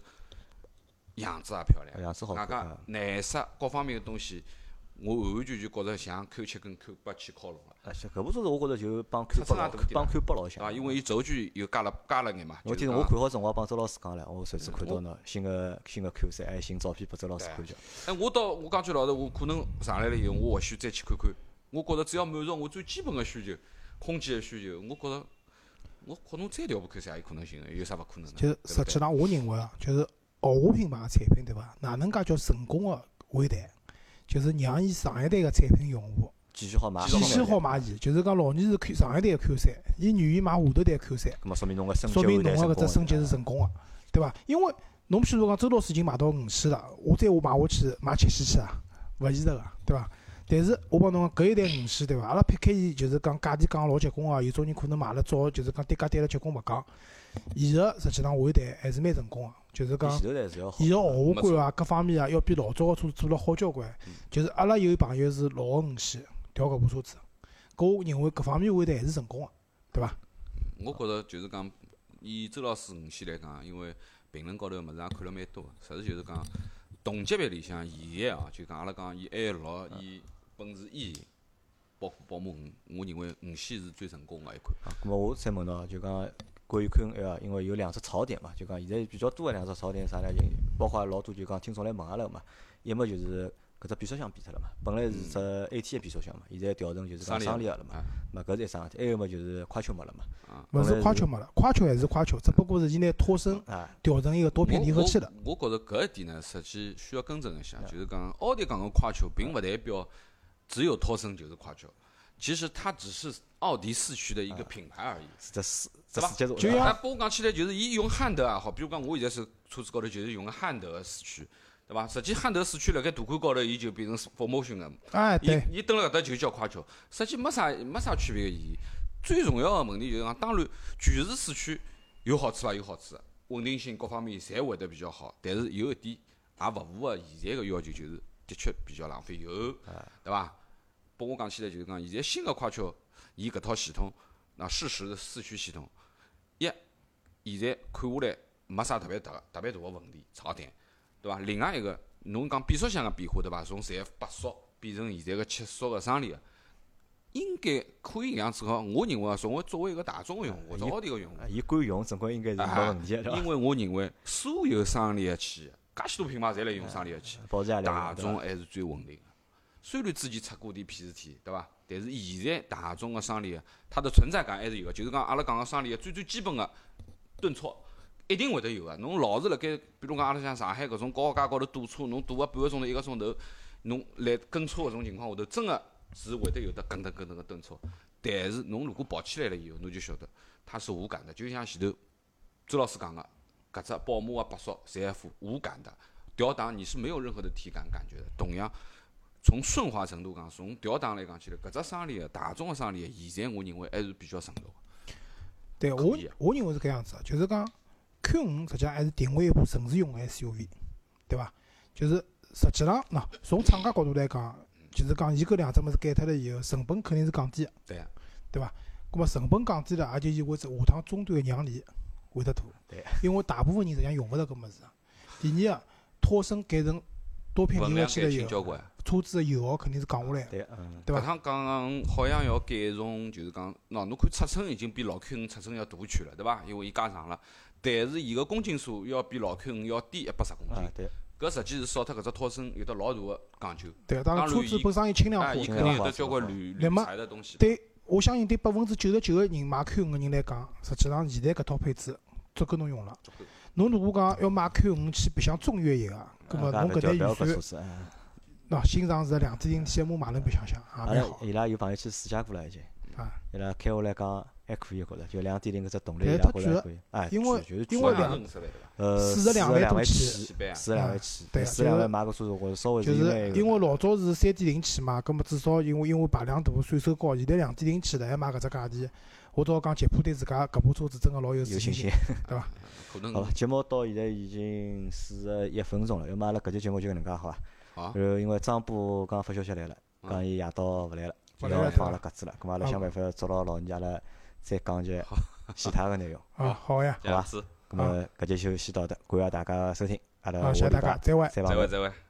C: 样子也漂亮，
A: 样子好
C: 外
A: 看，
C: 加
A: 嗯
C: 颜色各方面个东西，我完完全全觉着像 Q 七跟 Q 八去靠拢了，
A: 啊，是搿部车子我觉着就帮 Q
C: 尺
A: 八
C: 寸也
A: 老
C: 大点
A: 帮
C: 啦
A: Q 八老
C: 对
A: 像，
C: 啊伐？因为伊轴距又加了加了眼嘛，
A: 我
C: 就是
A: 记得我
C: 讲嗯
A: 看好辰光帮周老师讲了，我上次看到
C: 我
A: 喏新个新个 Q 三，还有哎新照片拨周老师
C: 对啊
A: 看叫，
C: 哎，我到我讲句老实，我可能上来了以后，我或许再去看看。我觉着只要满足我最基本的需求，空间的需求，我觉着我可能再调部 Q 三也有可能性的，有啥勿可能呢？
B: 就是实际上，我认为啊，就是豪华品牌个产品，对伐？哪能介叫成功个回弹？就是让伊上一代个产品用户
A: 继续好买，
B: 继
C: 继
B: 续
C: 续
B: 好买伊，就是讲老年是 Q 上一代个 Q 三，伊愿意买下头代 Q 三，
A: 咁么说明侬个升级
B: 说明
A: 换代
B: 侬
A: 成
B: 个搿
A: 功
B: 只
A: 了
B: 升级是成功个，对伐？因为侬譬如讲周老师已经买到五系了，我再我买下去买七系去啊，勿现实个，对伐？但是我帮侬讲，搿一代五系对伐？阿拉撇开伊就是讲价钿讲老结棍啊，有种人可能买了早，就是讲对价对了结棍勿讲，伊个实际上回弹还是蛮成功个，就是
A: 比
B: 讲
A: 前头代是要好
B: 伊。个豪华感啊，各方面啊，要比老早个车子做了好交关。就是阿拉有朋友是老个五系调搿部车子，搿我认为各方面回弹还是成功个，对伐？
C: 我觉着就是讲，以周老师五系来讲，因为评论高头物事也看了蛮多的，实事求是讲，同级别里向现在啊，就讲阿拉讲以 A 六、
A: 嗯
C: 以奔驰 E，包括宝马五，我认为五系是最成功的一款。
A: 咁么我再问侬，就讲关于 Q N L，因为有两只槽点嘛，就讲现在比较多的两只槽点是啥呢？就包括老多就讲听众来问阿啊拉个嘛，一么就是搿只变速箱变脱了嘛，本来是只
C: 嗯
A: A T 的变速箱嘛，现在调成就是讲
C: 商
A: 商
C: 力
A: 力
C: 的
A: 个了嘛
C: 啊，
A: 嘛搿是一桩事体，还有么就是快车没了嘛，后
B: 勿是
A: 来
B: 夸
A: 是
B: 球没了，夸球还是夸球，只不过是伊拿拖身
A: 啊，
B: 调成一个多片离合器了。
C: 我我觉着搿一点呢，实际需要更正一下，就是讲奥迪讲个快球，并勿代表只有涛声就是快球，其实它只是奥迪四驱的一个品牌而已。
A: 是只四只
C: 对吧
A: 四节座
B: 就
A: 对吧
B: 像
C: 那拨我讲起来，就是伊用汉德也好，比如讲我现在是车子高头就是用个汉德个四驱，对伐？实际汉德四驱辣盖大款高头，伊就变成 promotion 个，
B: 哎，对，
C: 伊伊蹲辣搿搭就叫快球，实际没啥没啥区别个意义。最重要个问题就是讲，当然全是四驱有好处伐？有好处，稳定性各方面侪会得比较好。但是有一点也勿符合现在个要求，就是的确比较浪费油，对伐？拨我讲起来就是讲，现在新个快车伊搿套系统，那适时的四驱系统，一现在看下来没啥特别大特别大个问题槽点，对伐？另外一个，侬讲变速箱个变化，对伐？从侪八速变成现在个七速个双离合，啊应该可以样子讲。我认为啊，作为作为一个大众个用户或者奥迪个用户
A: 啊，，伊敢用，总归应该是没
C: 啊
A: 问题的，对伐
C: 因？为我认为所有双离合器，介许多品牌侪来用双离合器，
A: 保持下来，
C: 大
A: 对伐
C: 众还是最稳定的。虽然之前出过点屁事体，对伐？但是现在大众个商联，它的存在感还是有个，就是讲阿拉讲个商联最最基本个顿挫。一定会得有个。侬老是辣盖，比如讲阿拉像上海搿种高架高头堵车，侬堵个半个钟头、一个钟头，侬来跟车搿种情况下头，真个是会得有得跟噔跟噔个顿挫。但是侬如果跑起来了以后，侬就晓得它是无感的，就像前头周老师讲个，搿只啊宝马个白速 CF 无感的，调档你是没有任何的体感感觉的。同样，从顺滑程度讲，从调档来讲起来，搿只商联大众个商联，现在我认为还是比较成熟的。
B: 对
C: 可
B: 我
C: 以啊
B: 我认为是搿样子啊，就是讲 Q 五实际上还是定位一部城市用的 SUV，对伐？就是实际上喏，从厂家角度来讲，就是讲伊搿两只物事改脱了以后，成本肯定是降低的，
C: 对啊
B: 对伐？葛末成本降低了，也就意味着下趟终端的让利会得大，
A: 对，
B: 因为大部分人实际上用勿着搿物事啊。第二个，脱身改成多品
C: 分
B: 牌
C: 量
B: 去
C: 减
B: 了
C: 轻
B: 以
C: 交
B: 后，
C: 关。
B: 车子的油耗肯定是降下来的。
A: 对，嗯，
B: 对吧
C: 搿趟讲好像要改从，就是讲，喏，侬看尺寸已经比老 Q 五尺寸要大去了，对伐？因为伊加长了，但是伊个公斤数要比老 Q 五要低一百十公
B: 哎
C: 斤
A: 啊，，对，
C: 搿实际是少脱搿只套身有得老大个讲究，
B: 对，当然
C: 当
B: 车
C: 然
B: 子
C: 伊
B: 本身有啊轻量化
C: 哎，，伊
A: 轻
C: 肯
A: 量
C: 定
A: 化
C: 有得
A: 是
C: 交
A: 吧
C: 关铝
B: 那
C: 铝
B: 么
C: 材的东西，
B: 对，我相信对百分之九十九个人买 Q 五个人来讲，实际上现在搿套配置足够侬用了
C: 足够。
B: 侬如果讲要买 Q 五去白相中越野个，葛末
A: 啊
B: 侬搿
A: 不要
B: 台
A: 不要
B: 预
A: 搿
B: 算
A: 车，子，嗯
B: 喏，新上市的两点零 T 的牧马人白相相
A: 阿拉
B: 也蛮啊好
A: 伊拉有朋友去试驾过了已经，
B: 啊。
A: 伊拉开下来讲还可以，觉着就两点零搿只动力，
B: 但
A: 伊
B: 是
A: 拉觉着还
B: 太贵了
A: 可以，哎，
B: 因为
A: 贵就是
B: 因
A: 贵
B: 为
A: 啊
B: 两
C: 五十来对伐？
A: 呃
B: 四
A: 十
B: 十两万
A: 万
B: 多起
A: 起，
C: 几倍啊？
A: 四十两万
B: 嗯
A: 起，
B: 对啊
A: 四十两
B: 就是
A: 万买个车子，我稍微
B: 就是是因
A: 因
B: 为
A: 为
B: 老早是三点零起嘛，葛末至少因为因为排量大、税收高，现在两点零起了还买搿只价钿，我只好讲吉普对自家搿部车子真个老有
A: 有
B: 自
A: 信
B: 信
A: 心
B: 心。。
C: 可能
A: 好吧，节目到现在已经四十一分钟了，要么阿拉搿节节目就搿能介好伐？
C: 好嗯
A: 然后因为张波刚发消息来了，讲伊夜到勿来了，
B: 勿
A: 就
B: 来
A: 要
B: 了
A: 帮阿
B: 对
A: 拉
B: 伐
A: 搿子了，咁阿拉
B: 啊
A: 想办法捉牢老人家了，再讲些其他个内容。
B: 啊，好呀，
C: 这样子，
A: 咁么搿节就先到这，感谢大家收听，阿拉
B: 啊啊，谢
A: 下
B: 谢
A: 礼
B: 大家
A: 拜，
B: 再会。
A: 再
C: 再
A: 碰
C: 会
A: 头。
C: 再会。